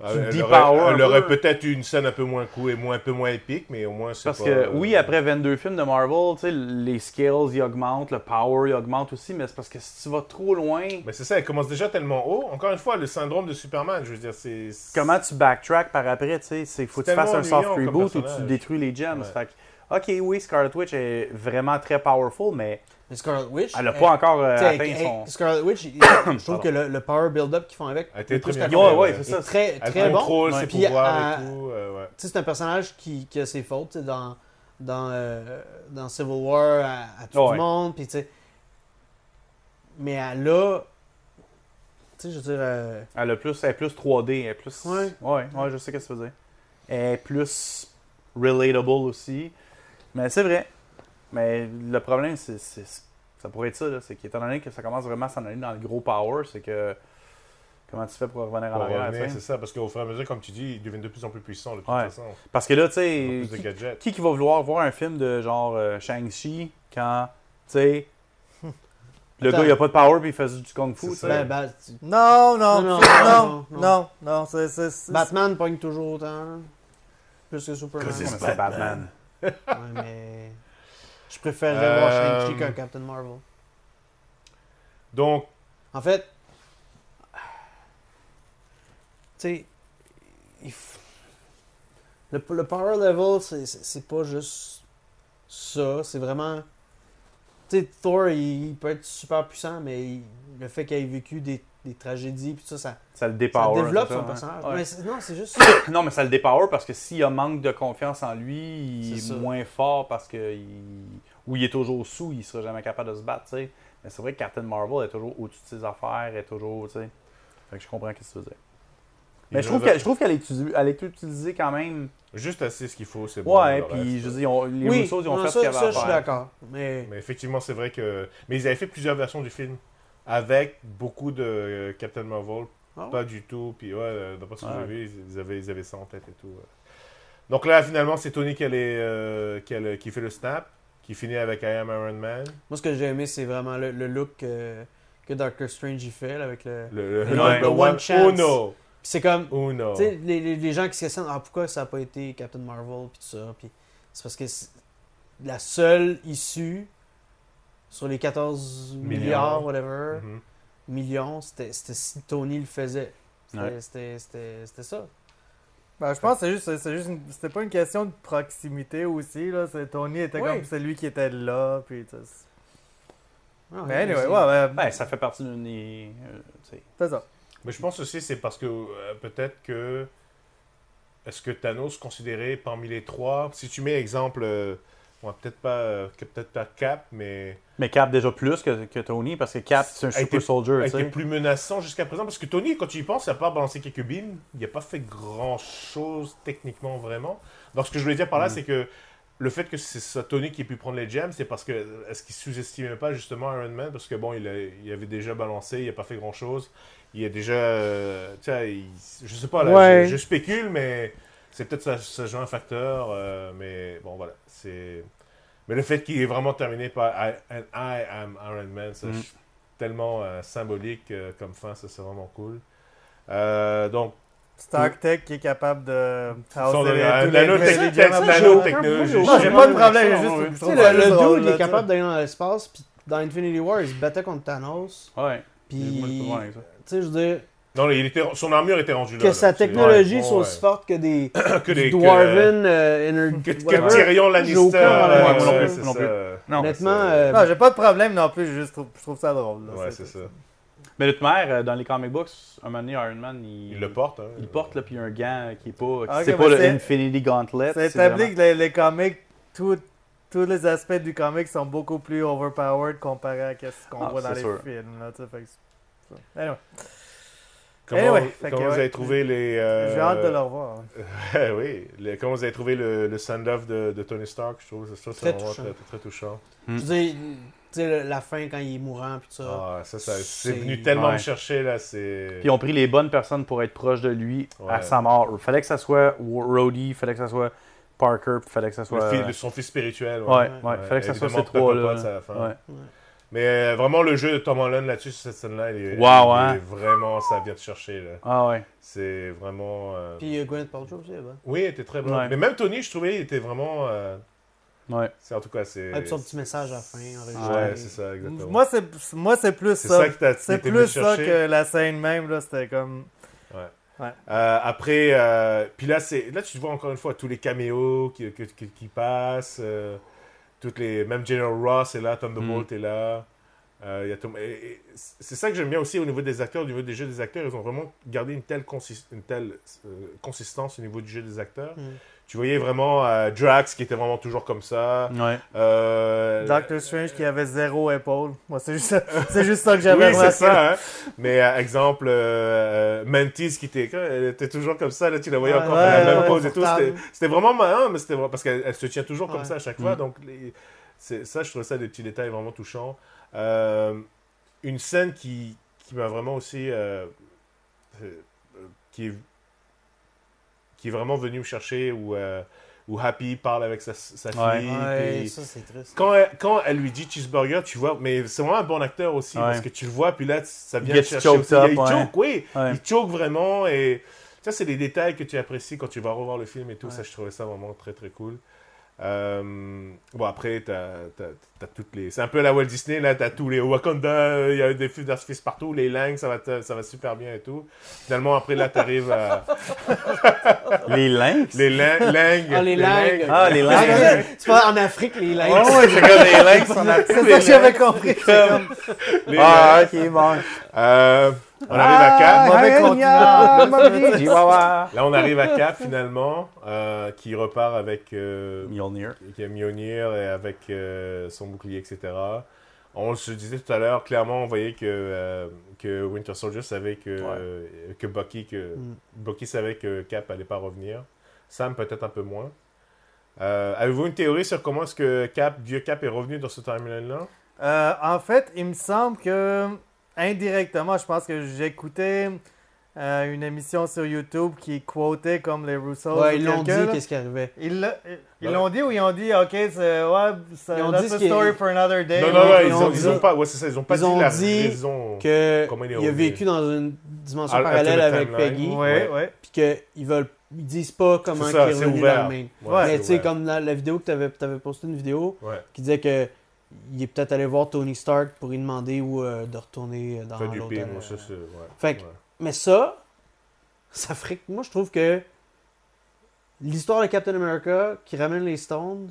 S2: Ah,
S3: Tu
S2: Elle
S3: dis
S2: aurait,
S3: power un
S2: elle aurait
S3: peu.
S2: peut-être eu une scène un peu moins cool et moins, un peu moins épique, mais au moins c'est
S3: Parce
S2: pas,
S3: que
S2: euh,
S3: oui, après 22 films de Marvel, tu sais, les skills ils augmentent, le power il augmente aussi, mais c'est parce que si tu vas trop loin,
S2: Mais c'est ça, elle commence déjà tellement haut. Encore une fois, le syndrome de Superman, je veux dire, c'est. c'est-
S3: comment tu backtrack par après, tu sais, c'est faut que
S2: C'est
S3: tu fasses
S2: tellement
S3: un soft
S2: ennuyant comme
S3: reboot ou tu
S2: personnage.
S3: détruis les gems.
S2: Ouais.
S3: Fait que, ok, oui, Scarlet Witch est vraiment très powerful, mais
S5: Mais Scarlet Witch.
S3: elle n'a pas encore euh,
S5: tu sais,
S3: atteint
S5: elle-
S3: son.
S5: elle- Scarlet Witch, il- je trouve
S3: Pardon.
S5: que le, le power build-up qu'ils font avec.
S2: Elle était
S5: est
S2: très
S5: plus
S2: bien
S5: qu'à-
S2: faite.
S3: Ouais, ouais,
S5: est
S3: c'est ça.
S5: très,
S2: Elle
S5: très bon.
S2: contrôle ses
S5: Puis,
S2: pouvoirs
S5: euh,
S2: et tout. euh, ouais.
S5: Tu sais, c'est un personnage qui, qui a ses fautes tu sais, dans, dans, euh, dans Civil War à, à tout
S3: Ouais.
S5: le monde. Puis, tu sais. Mais elle a. Tu sais, je veux dire. euh,
S3: Elle, a plus, elle est plus 3D, elle est plus.
S5: Ouais.
S3: ouais, ouais, je sais ce que ça veut dire. Elle est plus relatable aussi. Mais c'est vrai. Mais le problème, c'est, c'est- ça pourrait être ça, là. c'est qu'étant donné que ça commence vraiment à s'en aller dans le gros power, c'est que. Comment tu fais pour revenir en
S2: Pour
S3: arrière
S2: revenir,
S3: tu sais?
S2: c'est ça, parce qu'au fur et à mesure, comme tu dis, ils deviennent de plus en plus puissants de toute
S3: Ouais.
S2: façon.
S3: Parce que là, tu
S2: Ils
S3: sais,
S2: ont Plus de gadgets.
S3: qui qui va vouloir voir un film de genre euh, Shang-Chi quand, tu sais, le
S5: Attends.
S3: gars il a pas de power puis il fait du kung fu,
S2: C'est
S3: tu sais.
S2: ça.
S5: ben, ben, tu-
S4: Non, non, non,
S5: Non, non,
S4: non,
S5: non, Bah,
S4: non, non, c'est- c'est- c'est-
S5: Batman pogne toujours autant. là. Plus que Superman.
S2: Que
S3: Ouais, mais
S2: c'est-
S5: Ouais,
S3: c'est Batman.
S5: mais. Je préférerais
S2: Euh,
S5: voir Shang-Chi qu'un Captain Marvel.
S2: Donc,
S5: En fait. Tu sais. il f- Le, le power level, c'est- c'est c'est pas juste ça. C'est vraiment. Tu sais, Thor, il, il peut être super puissant, mais il- le fait qu'il ait vécu des, des tragédies, puis tout ça, ça,
S3: Ça le
S5: ça
S3: dépower.
S5: développe
S3: c'est ça,
S5: son
S3: hein?
S5: personnage.
S3: ouais. Ouais.
S5: Mais c'est- non, c'est juste.
S3: Non, mais ça le dépower parce que s'il a manque de confiance en lui, il est,
S5: C'est ça.
S3: moins fort parce que il- ou il est toujours sous, il sera jamais capable de se battre, tu sais. Mais c'est vrai que Captain Marvel est toujours au-dessus de ses affaires, est toujours, tu sais. Fait que je comprends ce que tu veux dire. Mais
S2: ils
S3: je trouve
S2: ont-
S3: qu'elle je trouve qu'elle est, utilisée- elle est utilisée quand même.
S2: Juste assez ce qu'il faut, c'est bon.
S3: Ouais,
S2: le
S3: puis
S2: reste, euh,
S3: je dis, ils ont- les Russos, ils ont
S5: non,
S3: fait
S5: ça,
S3: ce qu'il y avait
S5: ça,
S3: à
S5: je suis
S3: faire.
S5: d'accord. Mais
S2: Mais effectivement, c'est vrai que. Mais ils avaient fait plusieurs versions du film avec beaucoup de euh, Captain Marvel,
S5: Ah ouais?
S2: pas du tout. Puis ouais, euh, d'après ce que
S3: Ouais.
S2: j'ai vu, ils- ils avaient, ils avaient ça en tête et tout. ouais. Donc là, finalement, c'est Tony qui, a les, euh, qui, a le- qui fait le snap, qui finit avec I Am Iron Man.
S5: moi, ce que j'ai aimé, c'est vraiment le, le look que, que Doctor Strange y fait là, avec le.
S2: Le, le-
S3: Le one-
S2: le
S5: le one chance.
S2: Uno!
S5: Puis c'est comme,
S2: Uno!
S5: tu sais, les, les- les gens qui se questionnent, ah pourquoi ça n'a pas été Captain Marvel puis tout ça, puis c'est parce que c'est la seule issue sur les 14
S2: Millions.
S5: milliards, whatever,
S2: Mhm.
S5: millions, c'était c'était si Tony le faisait. C'était
S3: Ouais.
S5: c'était- c'était- c'était ça.
S4: Ben, je pense que c'est juste, c'est juste, une- c'était pas une question de proximité aussi là. c'est- Tony était
S5: Oui.
S4: comme celui qui était là, puis. tu sais.
S5: Ah,
S4: Mais anyway,
S5: c'est-
S4: ouais, ben,
S3: Ben, ça fait partie d'une. euh, tu sais.
S4: c'est ça.
S2: Mais je pense aussi c'est parce que euh, peut-être que est-ce que Thanos considéré parmi les trois Si tu mets exemple, euh, ouais, peut-être pas euh, que- peut-être pas Cap, mais
S3: Mais Cap déjà plus que, que Tony parce que Cap c'est un
S2: Elle
S3: super
S2: était-
S3: soldier,
S2: a
S3: tu
S2: été
S3: sais.
S2: plus menaçant jusqu'à présent parce que Tony, quand tu y penses, à part balancer quelques billes, il n'a pas fait grand chose techniquement vraiment. Donc ce que je voulais dire par là,
S3: Mm.
S2: c'est que le fait que c'est ça Tony qui ait pu prendre les gems, c'est parce que est-ce qu'il sous-estimait pas justement Iron Man parce que bon, il, a- il avait déjà balancé, il a pas fait grand chose. Il a déjà, euh, tu sais, il- je sais pas là,
S4: Ouais.
S2: je, je spécule, mais c'est peut-être ça, ça joue un facteur, euh, mais bon voilà, c'est. Mais le fait qu'il est vraiment terminé par I, and I am Iron Man, c'est
S3: Mm.
S2: tellement euh, symbolique euh, comme fin, ça c'est vraiment cool. Euh, donc,
S4: StarkTech qui est capable de
S2: sont-
S4: houser
S2: euh,
S4: tous
S2: la
S4: les-
S2: nano-
S4: les
S2: tech-
S4: gamins.
S5: Ça, j'ai
S2: nano-
S5: aucun
S2: technologie.
S5: problème.
S4: Non, j'ai pas de problème,
S3: Ouais,
S4: j'ai juste.
S3: ouais.
S4: je
S5: Tu
S4: trouve
S5: sais,
S4: ça
S5: le, le
S4: juste
S5: dude,
S4: drôle,
S5: il est
S4: là,
S5: capable d'aller dans l'espace, puis dans Infinity War, il se battait contre Thanos,
S3: Ouais.
S5: puis...
S3: Moi, je peux voir
S5: Tu
S3: avec ça.
S5: sais, je veux dire,
S2: non, il était, son armure était rendue là.
S5: que
S2: là,
S5: sa
S2: tu sais.
S5: technologie
S2: Ouais,
S5: soit
S2: ouais.
S5: aussi forte que des
S2: que les que- Hmm.
S5: Dwarven euh, Ener-
S2: que, que
S5: whatever.
S2: Tyrion
S5: J'ai aucun
S2: Lannister.
S5: problème.
S3: Ouais, moi non
S2: ouais,
S3: plus,
S2: c'est
S3: moi non
S2: ça.
S3: plus. Non.
S5: Honnêtement,
S2: Ouais,
S5: euh,
S2: c'est-
S4: Non, j'ai pas de problème non plus, je juste trouve, je trouve ça drôle. là,
S2: Ouais, c'est ça.
S3: Mais de toute manière, euh, dans les comic books, un moment donné, Iron Man, il,
S2: Il le porte. Hein,
S3: Il porte, là, puis il y a un gant qui est pas.
S4: Ah, ok,
S3: c'est
S4: mais
S3: pas le
S4: c'est-
S3: Infinity Gauntlet.
S4: C'est
S3: vraiment-
S4: établi que les, les comics, tout- tous les aspects du comic sont beaucoup plus overpowered comparé à ce qu'on
S3: Ah,
S4: voit dans
S3: c'est
S4: les
S3: sûr.
S4: films. Là, tu sais, fait que c'est- c'est ça. Anyway,
S2: Comment,
S5: Eh
S4: Anyway,
S2: comment
S4: fait que,
S2: vous
S4: ouais.
S2: avez trouvé les. euh,
S4: j'ai hâte de le revoir. hein.
S2: Eh oui, le- comment vous avez trouvé le, le send-off de, de Tony Stark Je trouve que ça, c'est
S5: Très
S2: vraiment
S5: touchant.
S2: très, très, très touchant.
S5: je veux dire, tu sais, le- la fin quand il est mourant, puis ça.
S2: Ah, ça, ça c'est
S5: c'est-
S2: venu tellement
S3: ouais.
S2: me chercher, là. C'est.
S3: Puis ils ont pris les bonnes personnes pour être proches de lui
S2: Ouais.
S3: à sa mort. Il fallait que ça soit Wa- Rhodey, fallait que ça soit Parker, puis fallait que ça
S2: Le
S3: soit.
S2: fils- son fils spirituel.
S3: Ouais, ouais,
S5: Ouais,
S3: fallait que ça soit
S2: évidemment,
S3: ces
S2: Pepper
S3: trois-là.
S2: Potts à la fin.
S3: Ouais.
S2: Mais euh, vraiment, le jeu de Tom Holland là-dessus, sur cette scène-là, il est,
S3: Wow,
S2: il est
S3: hein.
S2: vraiment, ça vient de chercher. là.
S3: Ah ouais.
S2: C'est vraiment. euh,
S5: Puis euh, Gwyneth Paltrow aussi, elle est bonne.
S2: Oui, il était très bon.
S3: Ouais.
S2: Mais même Tony, je trouvais, il était vraiment. euh,
S3: Ouais.
S2: C'est en tout cas, c'est.
S5: Ah, puis son petit message à la fin, enregistré.
S2: Euh, Ouais, c'est ça, exactement.
S4: Moi, c'est moi, c'est plus
S2: c'est
S4: ça.
S2: ça que t'as
S4: C'est
S2: t'étais
S4: plus
S2: venu
S4: ça
S2: chercher.
S4: que la scène même. là, C'était comme.
S2: Euh, après, euh, puis là, c'est là tu vois encore une fois tous les caméos qui, que- que- qui passent, euh, toutes les même General Ross est là, Thunderbolt est là. Euh, il y a Tom- et- et c'est ça que j'aime bien aussi au niveau des acteurs, au niveau des jeux des acteurs, ils ont vraiment gardé une telle, consis- une telle euh, consistance au niveau du jeu des acteurs.
S5: Mm.
S2: Tu voyais vraiment euh, Drax qui était vraiment toujours comme ça.
S3: Ouais.
S2: Euh,
S4: Doctor Strange qui avait zéro épaule. Moi, c'est juste, c'est juste ça que j'avais
S2: Oui, c'est
S4: remarqué.
S2: ça. hein. Mais euh, exemple, euh, euh, Mantis qui était, elle était toujours comme ça, là, tu la voyais
S5: Ouais,
S2: encore faire la
S4: ouais,
S2: même
S4: ouais,
S2: pose et tout.
S5: confortable.
S2: C'était- C'était vraiment marrant, mais c'était vraiment- parce qu'elle elle se tient toujours comme
S5: Ouais.
S2: ça à chaque fois. Donc les- c'est ça, je trouve ça des petits détails vraiment touchants. Euh, une scène qui, qui m'a vraiment aussi, euh, euh, qui est qui est vraiment venue me chercher où, euh, où Happy parle avec sa, sa
S3: Ouais.
S2: fille.
S5: Ouais,
S2: puis-
S5: ça c'est triste.
S2: quand elle, quand elle lui dit cheeseburger, tu vois, mais c'est vraiment un bon acteur aussi,
S3: Ouais.
S2: parce que tu le vois, puis là, tu- ça vient
S3: Gets
S2: chercher
S3: choked
S2: aussi.
S3: up,
S2: il
S3: ouais.
S2: choke, oui,
S3: Ouais.
S2: il choke vraiment, et ça, c'est des détails que tu apprécies quand tu vas revoir le film et tout, ça, je trouvais ça vraiment très, très cool. Euh, bon, après, t'as t'as- t'as toutes les... C'est un peu la Walt Disney, là, t'as tous les Wakanda, euh, il y a des feux d'artifice partout, les langues, ça va, te- ça va super bien et tout. Finalement, après, là, t'arrives à...
S3: Les lynx.
S2: Les lin- langues...
S5: Ah, les langues.
S3: Ah, les
S5: Ah,
S3: lynx.
S5: c'est ça, tu vois, en Afrique, les
S3: Ouais,
S5: lynx.
S3: ouais, c'est comme les lynx. on a tous
S4: C'est
S3: les
S4: ça que j'avais
S3: lynx.
S4: compris.
S2: les
S3: Ah,
S2: langues.
S3: ok, bon.
S2: Euh, on arrive à Cannes.
S4: mauvais
S3: Ariel,
S4: continent.
S3: ya, Mobile, Chihuahua.
S2: Là, on arrive à Cap finalement, euh, qui repart avec euh,
S3: Mjolnir.
S2: qui a Mjolnir et avec euh, son bouclier, etc. On se disait tout à l'heure, clairement, on voyait que, euh, que Winter Soldier savait que, euh, que Bucky que
S5: Mm.
S2: Bucky savait que Cap allait pas revenir. Sam peut-être un peu moins. Euh, Avez-vous une théorie sur comment est-ce que Cap, Dieu Cap est revenu dans ce timeline-là
S4: Euh, en fait, il me semble que indirectement, je pense que j'écoutais euh, une émission sur YouTube qui quotait comme les Rousseau.
S5: Ouais, ils l'ont dit, qu'est-ce qui arrivait.
S4: Ils l'a- ils- ils
S2: Ouais.
S4: l'ont dit ou ils ont dit, ok, c'est ouais, c'est-
S5: Ils ont
S4: that's
S5: dit
S4: a
S5: ce qui est-
S4: story for another day.
S2: Non,
S5: oui,
S2: non, ouais,
S5: Eh, ils
S2: ils,
S5: ont
S2: ont,
S5: dit-
S2: ils ont pas, ouais, c'est ça, ils ont pas
S5: ils
S2: dit
S5: ont
S2: la
S5: dit
S2: raison.
S5: Que
S2: Comment il est
S5: il a
S2: revenu.
S5: vécu dans une dimension
S2: Ah, ah,
S5: parallèle
S2: tout le
S5: avec
S2: timeline.
S5: Peggy,
S4: Ouais,
S2: Ouais.
S4: ouais.
S5: puis qu'ils veulent, ils disent pas comment
S2: C'est
S5: il
S2: ça,
S5: est
S2: c'est
S5: revenu
S2: ouvert.
S5: dans le main.
S4: Ouais.
S5: Mais tu
S2: c'est
S5: sais,
S2: vrai.
S5: comme la, la vidéo que t'avais avais posté une vidéo
S2: Ouais.
S5: qui disait que il est peut-être allé voir Tony Stark pour lui demander où euh, de retourner euh, dans
S2: Fait du
S5: l'hôtel.
S2: pire,
S5: euh.
S2: moi, ça, c'est- ouais.
S5: Fait que-
S2: Ouais.
S5: Mais ça, ça ferait que- moi je trouve que l'histoire de Captain America qui ramène les Stones,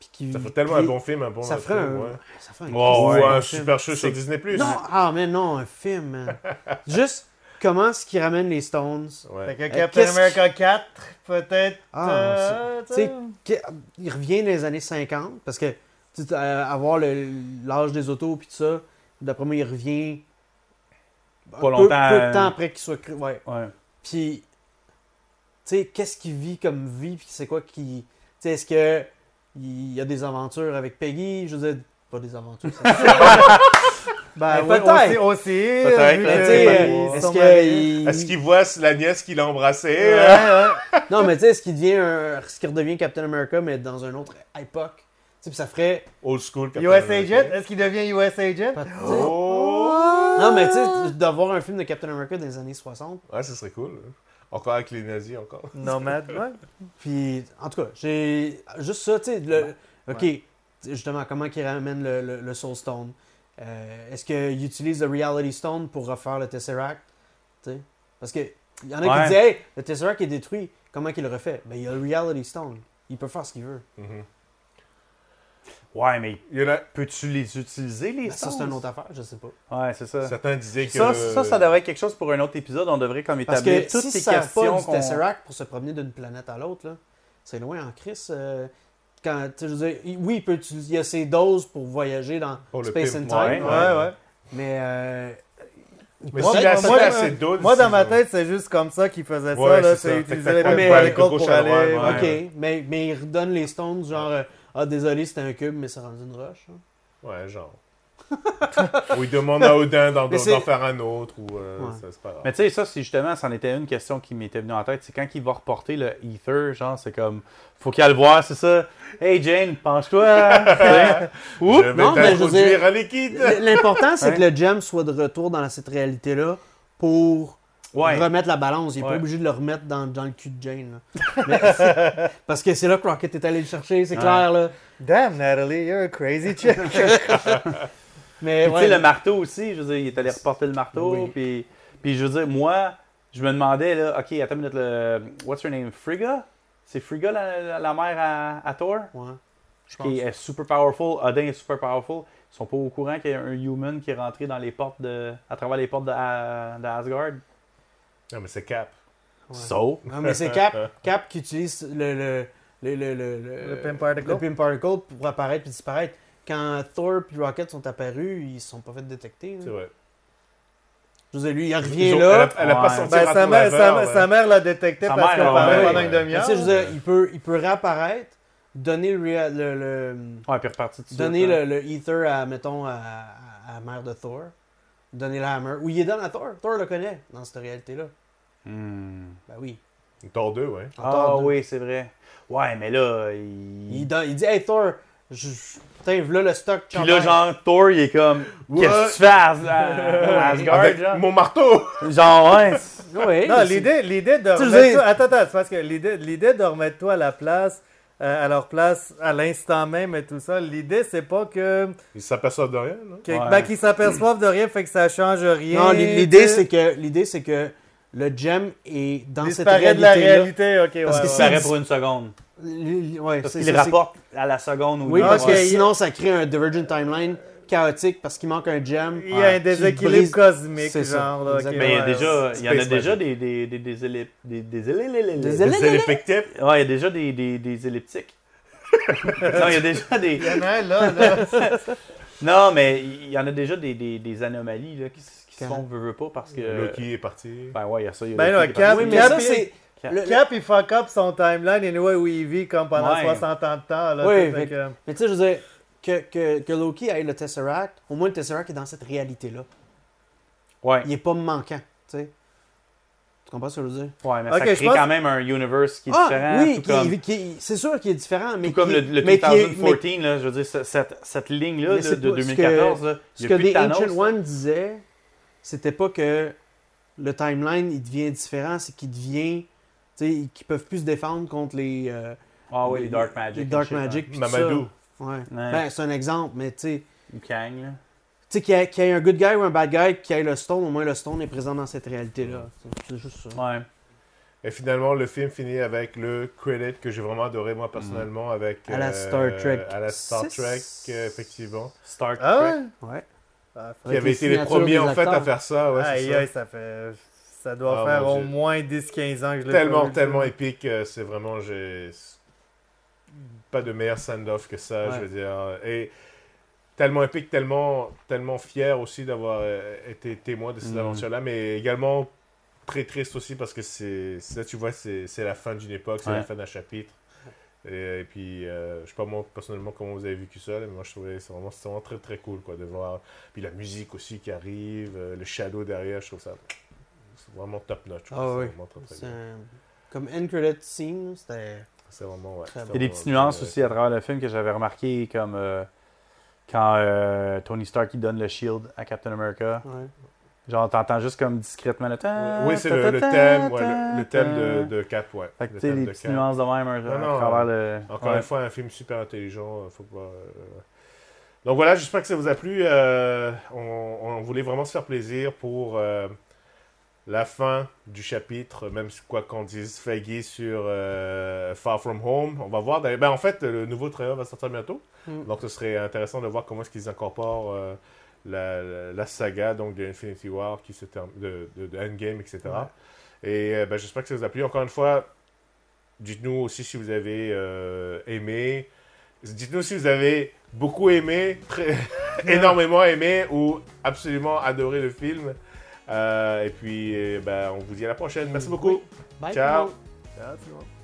S5: puis qui
S2: Ça ferait tellement un
S5: qui-
S2: bon film, un bon
S5: ça
S2: film,
S5: ferait un,
S2: ouais.
S5: ça ferait un
S2: Oh,
S5: Christ
S2: ouais,
S5: de
S2: un
S5: bon film.
S2: super show sur
S5: C'est-
S2: Disney+. Plus.
S5: Non, ah mais non, un film. man. Juste comment est-ce qu'il ramène les Stones
S4: Fait
S2: Ouais.
S4: que Captain
S5: Euh, qu'est-ce
S4: America 4, peut-être.
S5: Ah,
S4: euh, tu
S5: c'est-
S4: sais.
S5: Qui- Il revient dans les années 50 parce que tu sais, euh, avoir le- l'âge des autos puis tout ça, d'après moi il revient un
S3: Pas
S5: peu-
S3: longtemps. euh,
S5: peu de temps après qu'il soit cru. Ouais.
S3: Ouais.
S5: Puis, tu sais, qu'est-ce qu'il vit comme vie? Puis c'est quoi qui. Tu sais, est-ce que il y a des aventures avec Peggy? Je veux dire, pas des aventures. ça.
S4: Ben,
S5: Mais
S4: oui,
S5: Ah, peut-être.
S4: aussi, aussi,
S2: Peut-être,
S4: vu
S5: Mais
S4: que-
S5: tu sais,
S4: ils
S5: euh,
S4: sont
S5: est-ce
S4: mariés.
S5: que. il-
S2: Est-ce qu'il voit la nièce qu'il a embrassée?
S4: Ouais,
S2: euh?
S4: ouais.
S5: Non, mais tu sais, est-ce qu'il devient. un- Est-ce qu'il redevient Captain America, mais dans une autre époque? Tu sais, puis ça ferait.
S2: Old school.
S4: US
S2: 80.
S4: Agent? Est-ce qu'il devient US Agent?
S5: pas de-
S2: Oh!
S5: Non, mais tu sais, d'avoir un film de Captain America des années 60.
S2: Ouais, ça serait cool. hein. Encore avec les nazis, encore.
S4: Nomad, ouais.
S5: Puis, en tout cas, j'ai. Juste ça, tu sais. le- OK. Justement, comment qu'il ramène le, le- le Soul Stone Euh, Est-ce qu'il utilise le Reality Stone pour refaire le Tesseract Tu sais Parce que il y en a
S3: Ouais.
S5: qui disent Hey, le Tesseract est détruit. Comment qu'il le refait Ben, il y a le Reality Stone. Il peut faire ce qu'il veut.
S2: Mhm.
S3: Ouais, mais
S2: Il y en a...
S3: peux-tu les utiliser, les
S5: Ben, ça, c'est
S3: stones?
S5: une autre affaire, je sais pas.
S3: Ouais, c'est ça.
S2: Certains disaient que...
S3: Ça, ça, ça devrait être quelque chose pour un autre épisode. On devrait comme
S5: Parce que
S3: établir toutes
S5: si
S3: ces
S5: ça sert pas
S3: questions
S5: du
S3: qu'on...
S5: Tesseract pour se promener d'une planète à l'autre, là, c'est loin en crise. euh, quand, tu sais, je veux dire, il- oui, il, peut utiliser, il y a ses doses pour voyager dans
S2: Pour le
S5: Space and
S2: pimp,
S5: Time,
S3: ouais.
S5: ouais.
S4: Ouais, ouais.
S5: mais euh,
S2: Mais
S4: Moi,
S2: s'il a
S4: moi,
S2: assez
S4: moi,
S2: assez d'eau,
S4: Moi, dans ma
S2: sinon-
S4: tête, c'est juste comme ça qu'il faisait
S2: Ouais,
S4: ça. là.
S2: c'est
S4: C'est
S2: ça.
S4: utiliser
S2: Tac,
S4: les
S2: tac,
S5: tac,
S4: les
S5: tac,
S4: codes
S2: gauche
S4: pour
S2: à
S4: aller.
S2: droite, ouais.
S4: ouais.
S5: ok, mais, mais il redonne les stones, genre euh, ah désolé c'était un cube mais c'est rendu une roche. hein.
S2: Ouais, genre. ou il demande à Odin d'en,
S5: Mais
S2: d'en
S5: c'est-
S2: faire un autre, ou... euh,
S5: Ouais.
S2: ça, c'est pas grave.
S3: Mais tu sais, ça, c'est justement, c'en était une question qui m'était venue en tête. C'est quand il va reporter le Ether, genre, c'est comme, faut qu'elle le voie, c'est ça. Hey Jane, penche-toi. Tu sais? Oups!
S2: je vais
S5: non, mais je veux
S2: t'introduire
S5: dire-
S2: à liquide!
S5: L- L'importement c'est
S3: Ouais.
S5: que le gem soit de retour dans cette réalité là pour
S3: Ouais.
S5: remettre la balance. Il est
S3: Ouais.
S5: pas obligé de le remettre dans, dans le cul de Jane. là. Mais- parce que c'est là que Rocket est allé le chercher, c'est
S3: Ouais.
S5: clair là.
S4: Damn, Natalie, you're a crazy chick.
S5: Mais
S3: Puis, tu
S5: ouais,
S3: sais, le marteau aussi, je veux dire, il est allé reporter le marteau.
S5: Oui.
S3: Puis, puis je veux dire, moi, je me demandais, là, OK, attends une minute, le... what's her name? Frigga? C'est Frigga la, la- la mère à, à Thor?
S5: ouais. Je pense.
S3: Qui est super powerful. Odin est super powerful. Ils sont pas au courant qu'il y a un human qui est rentré dans les portes de... à travers les portes de, à- de Asgard.
S2: Non, mais c'est Cap.
S5: Ouais.
S3: So?
S5: Non, mais c'est Cap, Cap qui utilise le, le, le, le, le, le-
S4: Le Pimp Particle.
S5: le Pimp Particle pour apparaître puis disparaître. Quand Thor et Rocket sont apparus, ils se sont pas fait détecter. là.
S2: C'est vrai.
S5: Je vous ai lui, il
S2: Ils
S5: revient
S2: ont-
S5: là.
S2: Elle a, elle a pas
S3: Ouais.
S2: senti
S4: Ben,
S2: un
S4: sa, mère, sa,
S2: laveur,
S4: sa mère l'a détecté
S3: Sa
S4: parce
S3: mère,
S4: qu'on
S3: ouais,
S4: parlait
S3: ouais.
S4: pendant une
S5: Mais tu
S4: demi-heure.
S5: sais, je veux dire, il peut, il peut réapparaître, donner le, ré- le, le-
S3: Ouais, puis reparti tout de
S5: donner
S3: suite,
S5: le,
S3: hein.
S5: le Ether à, mettons, à, à- à la mère de Thor. Donner la hammer. Ou il est donne à Thor. Thor le connaît dans cette réalité-là.
S3: Hmm.
S5: Ben oui.
S2: ouais. Thor 2, ouais.
S5: En
S3: Ah
S5: Thor deux.
S3: oui, c'est vrai. Ouais, mais là, il...
S5: Il, donne- il dit Hey Thor, je, je- putain, voilà le stock.
S3: Puis
S5: ciao,
S3: là,
S5: bye.
S3: genre, Thor, il est comme,
S2: Ouais.
S3: qu'est-ce que tu fais à, à- à Asgard,
S2: Avec
S3: genre?
S2: mon marteau!
S3: Genre, ouais. c'est-
S5: Ouais,
S4: Non,
S5: c'est-
S4: l'idée, l'idée de
S5: Tu
S4: remettre
S5: sais-
S4: toi- Attends, attends, c'est parce que l'idée, l'idée de remettre toi à la place, euh, à leur place, à l'instant même et tout ça, l'idée, c'est pas que,
S2: Ils s'aperçoivent de rien, non?
S4: que-
S3: Ouais.
S4: ben, qu'ils s'aperçoivent de rien, fait que ça change rien.
S5: Non, l'i- l'idée
S4: tu-
S5: c'est que l'idée c'est que le gem est dans cette
S4: disparaît de la
S5: réalité.
S4: réalité, ok,
S5: Parce
S4: ouais,
S5: que
S3: Il
S4: ouais.
S3: s'arrête pour une seconde.
S5: Ouais,
S3: Parce
S5: c'est
S3: qu'il
S5: ça,
S3: le
S5: c'est-
S3: rapporte à la seconde ou
S5: Oui,
S3: deux.
S5: parce que
S4: Ah, Ouais.
S5: sinon ça crée un divergent timeline chaotique parce qu'il manque un gem.
S4: Il y a un
S5: qui
S4: déséquilibre
S5: brise-
S4: cosmique,
S5: C'est ça,
S4: genre. là, ok,
S5: exactement.
S3: Mais il y a
S4: ouais, ouais.
S3: déjà, euh, il y en a
S2: Space
S3: déjà des, des, des, des ellip- des, des ellil-
S5: Des
S2: Ils
S5: ellil-
S2: effectifs.
S3: Ouais, il y a déjà des, des, des elliptiques. non, il y a déjà des.
S4: Il y en a un, là, là.
S3: Non, mais il y en a déjà des, des, des anomalies là, qui, s- qui se
S5: Quand-
S3: font veut, veut pas parce que.
S5: Euh,
S2: Loki est parti.
S3: Ben ouais, il y a ça. il y a
S4: Ben
S3: Loki
S4: là,
S3: qui est
S4: Cap-
S3: parti.
S5: Oui, mais
S4: Cap,
S5: ça
S4: il-
S5: c'est le- le-
S4: Cap, il fuck up son timeline et nous, où il vit comme pendant
S3: Ouais.
S4: 60 ans de temps, là. tu
S5: Oui,
S4: sais,
S5: fait-
S4: fait que-
S5: Mais tu sais, je veux dire, que, que, que Loki ait le Tesseract, au moins le Tesseract est dans cette réalité-là.
S3: Ouais,
S5: Il est pas manquant, tu sais. Tu comprends ce que je veux dire? Ah,
S3: ouais, mais ça
S4: Ok, je
S3: crée
S4: pense-
S3: quand même un universe qui est différent.
S5: oui,
S3: tout
S5: qui-
S3: comme...
S5: qui- c'est sûr qu'il est différent, mais
S3: Tout comme
S5: qui-
S3: le, le
S5: mais qui est-
S3: 2014, là, je veux dire, ce- cette, cette ligne-là
S5: Mais
S3: de,
S5: c'est
S3: de
S5: pas- ce que-
S3: 2014, là, il
S5: Ce
S3: y
S5: que
S3: a plus de
S5: The
S3: Thanos,
S5: Ancient
S3: là.
S5: One disait, c'était pas que le timeline il devient différent, c'est qu'il devient. tu sais, Qu'ils peuvent plus se défendre contre les. euh,
S3: Ah oui, les Dark Magic.
S5: Les Dark
S3: et shit,
S5: Magic. puis tout
S2: Mamadou.
S5: ça. Ouais. Ben, c'est un exemple, mais tu sais.
S3: hein. Ou Kang, là.
S5: Tu sais, qu'il y, a- qu'il y ait un good guy ou un bad guy, qu'il y ait le stone, au moins le stone est présent dans cette réalité-là. C'est juste ça.
S3: Ouais.
S2: Et finalement, le film finit avec le credit que j'ai vraiment adoré, moi, personnellement, avec...
S5: Mm.
S2: euh,
S5: À la Star Trek
S2: À la Star
S5: six.
S2: Trek, euh, effectivement.
S3: Star Trek.
S4: Ah ouais?
S5: Ouais.
S4: Ah, fait-
S2: Qui avait
S5: les
S2: été les
S5: signatures
S2: premiers,
S5: des
S2: en fait, à
S5: acteurs.
S2: faire ça. Ouais, c'est
S4: Aïe,
S2: ça.
S4: aïe, ça fait. Ça doit
S2: Ah,
S4: faire
S2: mon
S4: au
S2: Dieu.
S4: moins 10-15 ans que je l'ai pas
S2: Tellement,
S4: vu.
S2: tellement épique. euh, C'est vraiment... j'ai Pas de meilleur send-off que ça,
S5: Ouais.
S2: je veux dire. Et tellement épique, tellement, tellement fier aussi d'avoir euh, été témoin de cette
S5: Mm.
S3: Mhm.
S2: aventure-là, mais également très triste aussi parce que c'est c'est là tu vois c'est c'est la fin d'une époque c'est la
S3: Ouais.
S2: fin d'un chapitre et, et puis euh, je sais pas moi personnellement comment vous avez vécu ça là, mais moi je trouvais c'est vraiment, c'est vraiment très très cool quoi de voir puis la musique aussi qui arrive euh, le shadow derrière je trouve ça c'est vraiment top notch quoi.
S5: Ah
S2: C'est
S5: oui.
S2: vraiment très, très
S5: C'est
S2: bien.
S5: un- Comme end credit scene, c'était.
S2: C'est vraiment, ouais.
S5: Très
S2: c'est
S5: bon.
S3: Il y a
S2: vraiment
S3: des petites nuances
S2: bien,
S3: aussi à travers le film que j'avais remarqué, comme euh, quand euh, Tony Stark il donne le shield à Captain America.
S5: Ouais.
S3: Genre, t'entends juste comme discrètement le
S2: euh,
S3: thème.
S2: Oui, c'est le, le thème, ouais, le, le thème de, de Cap, ouais.
S3: Fait que,
S2: Le
S3: tu sais,
S2: thème
S3: les
S2: de
S3: petites
S2: Cap.
S3: nuances de même euh,
S2: Non,
S3: à
S2: non,
S3: travers le.
S2: Encore
S3: Euh, Ouais.
S2: une fois, un film super intelligent. euh, Faut pas, euh, Donc voilà, j'espère que ça vous a plu. euh, on, on voulait vraiment se faire plaisir pour euh, la fin du chapitre, même si- quoi qu'on dise Feige sur euh, Far From Home. On va voir. d'ailleurs- Ben, en fait, le nouveau trailer va sortir bientôt.
S5: Mm.
S2: Donc ce serait intéressant de voir comment est-ce qu'ils incorporent euh, la, la- la saga donc, de Infinity War, qui se termine, de, de- de Endgame, etc. Et euh, ben, j'espère que ça vous a plu. Encore une fois, dites-nous aussi si vous avez euh, aimé. Dites-nous si vous avez beaucoup aimé, très- énormément aimé ou absolument adoré le film. Euh, et puis, euh, ben, on vous dit à la prochaine. Merci beaucoup.
S5: Bye,
S2: Ciao.
S5: Bruno.
S2: Ciao, tout le monde.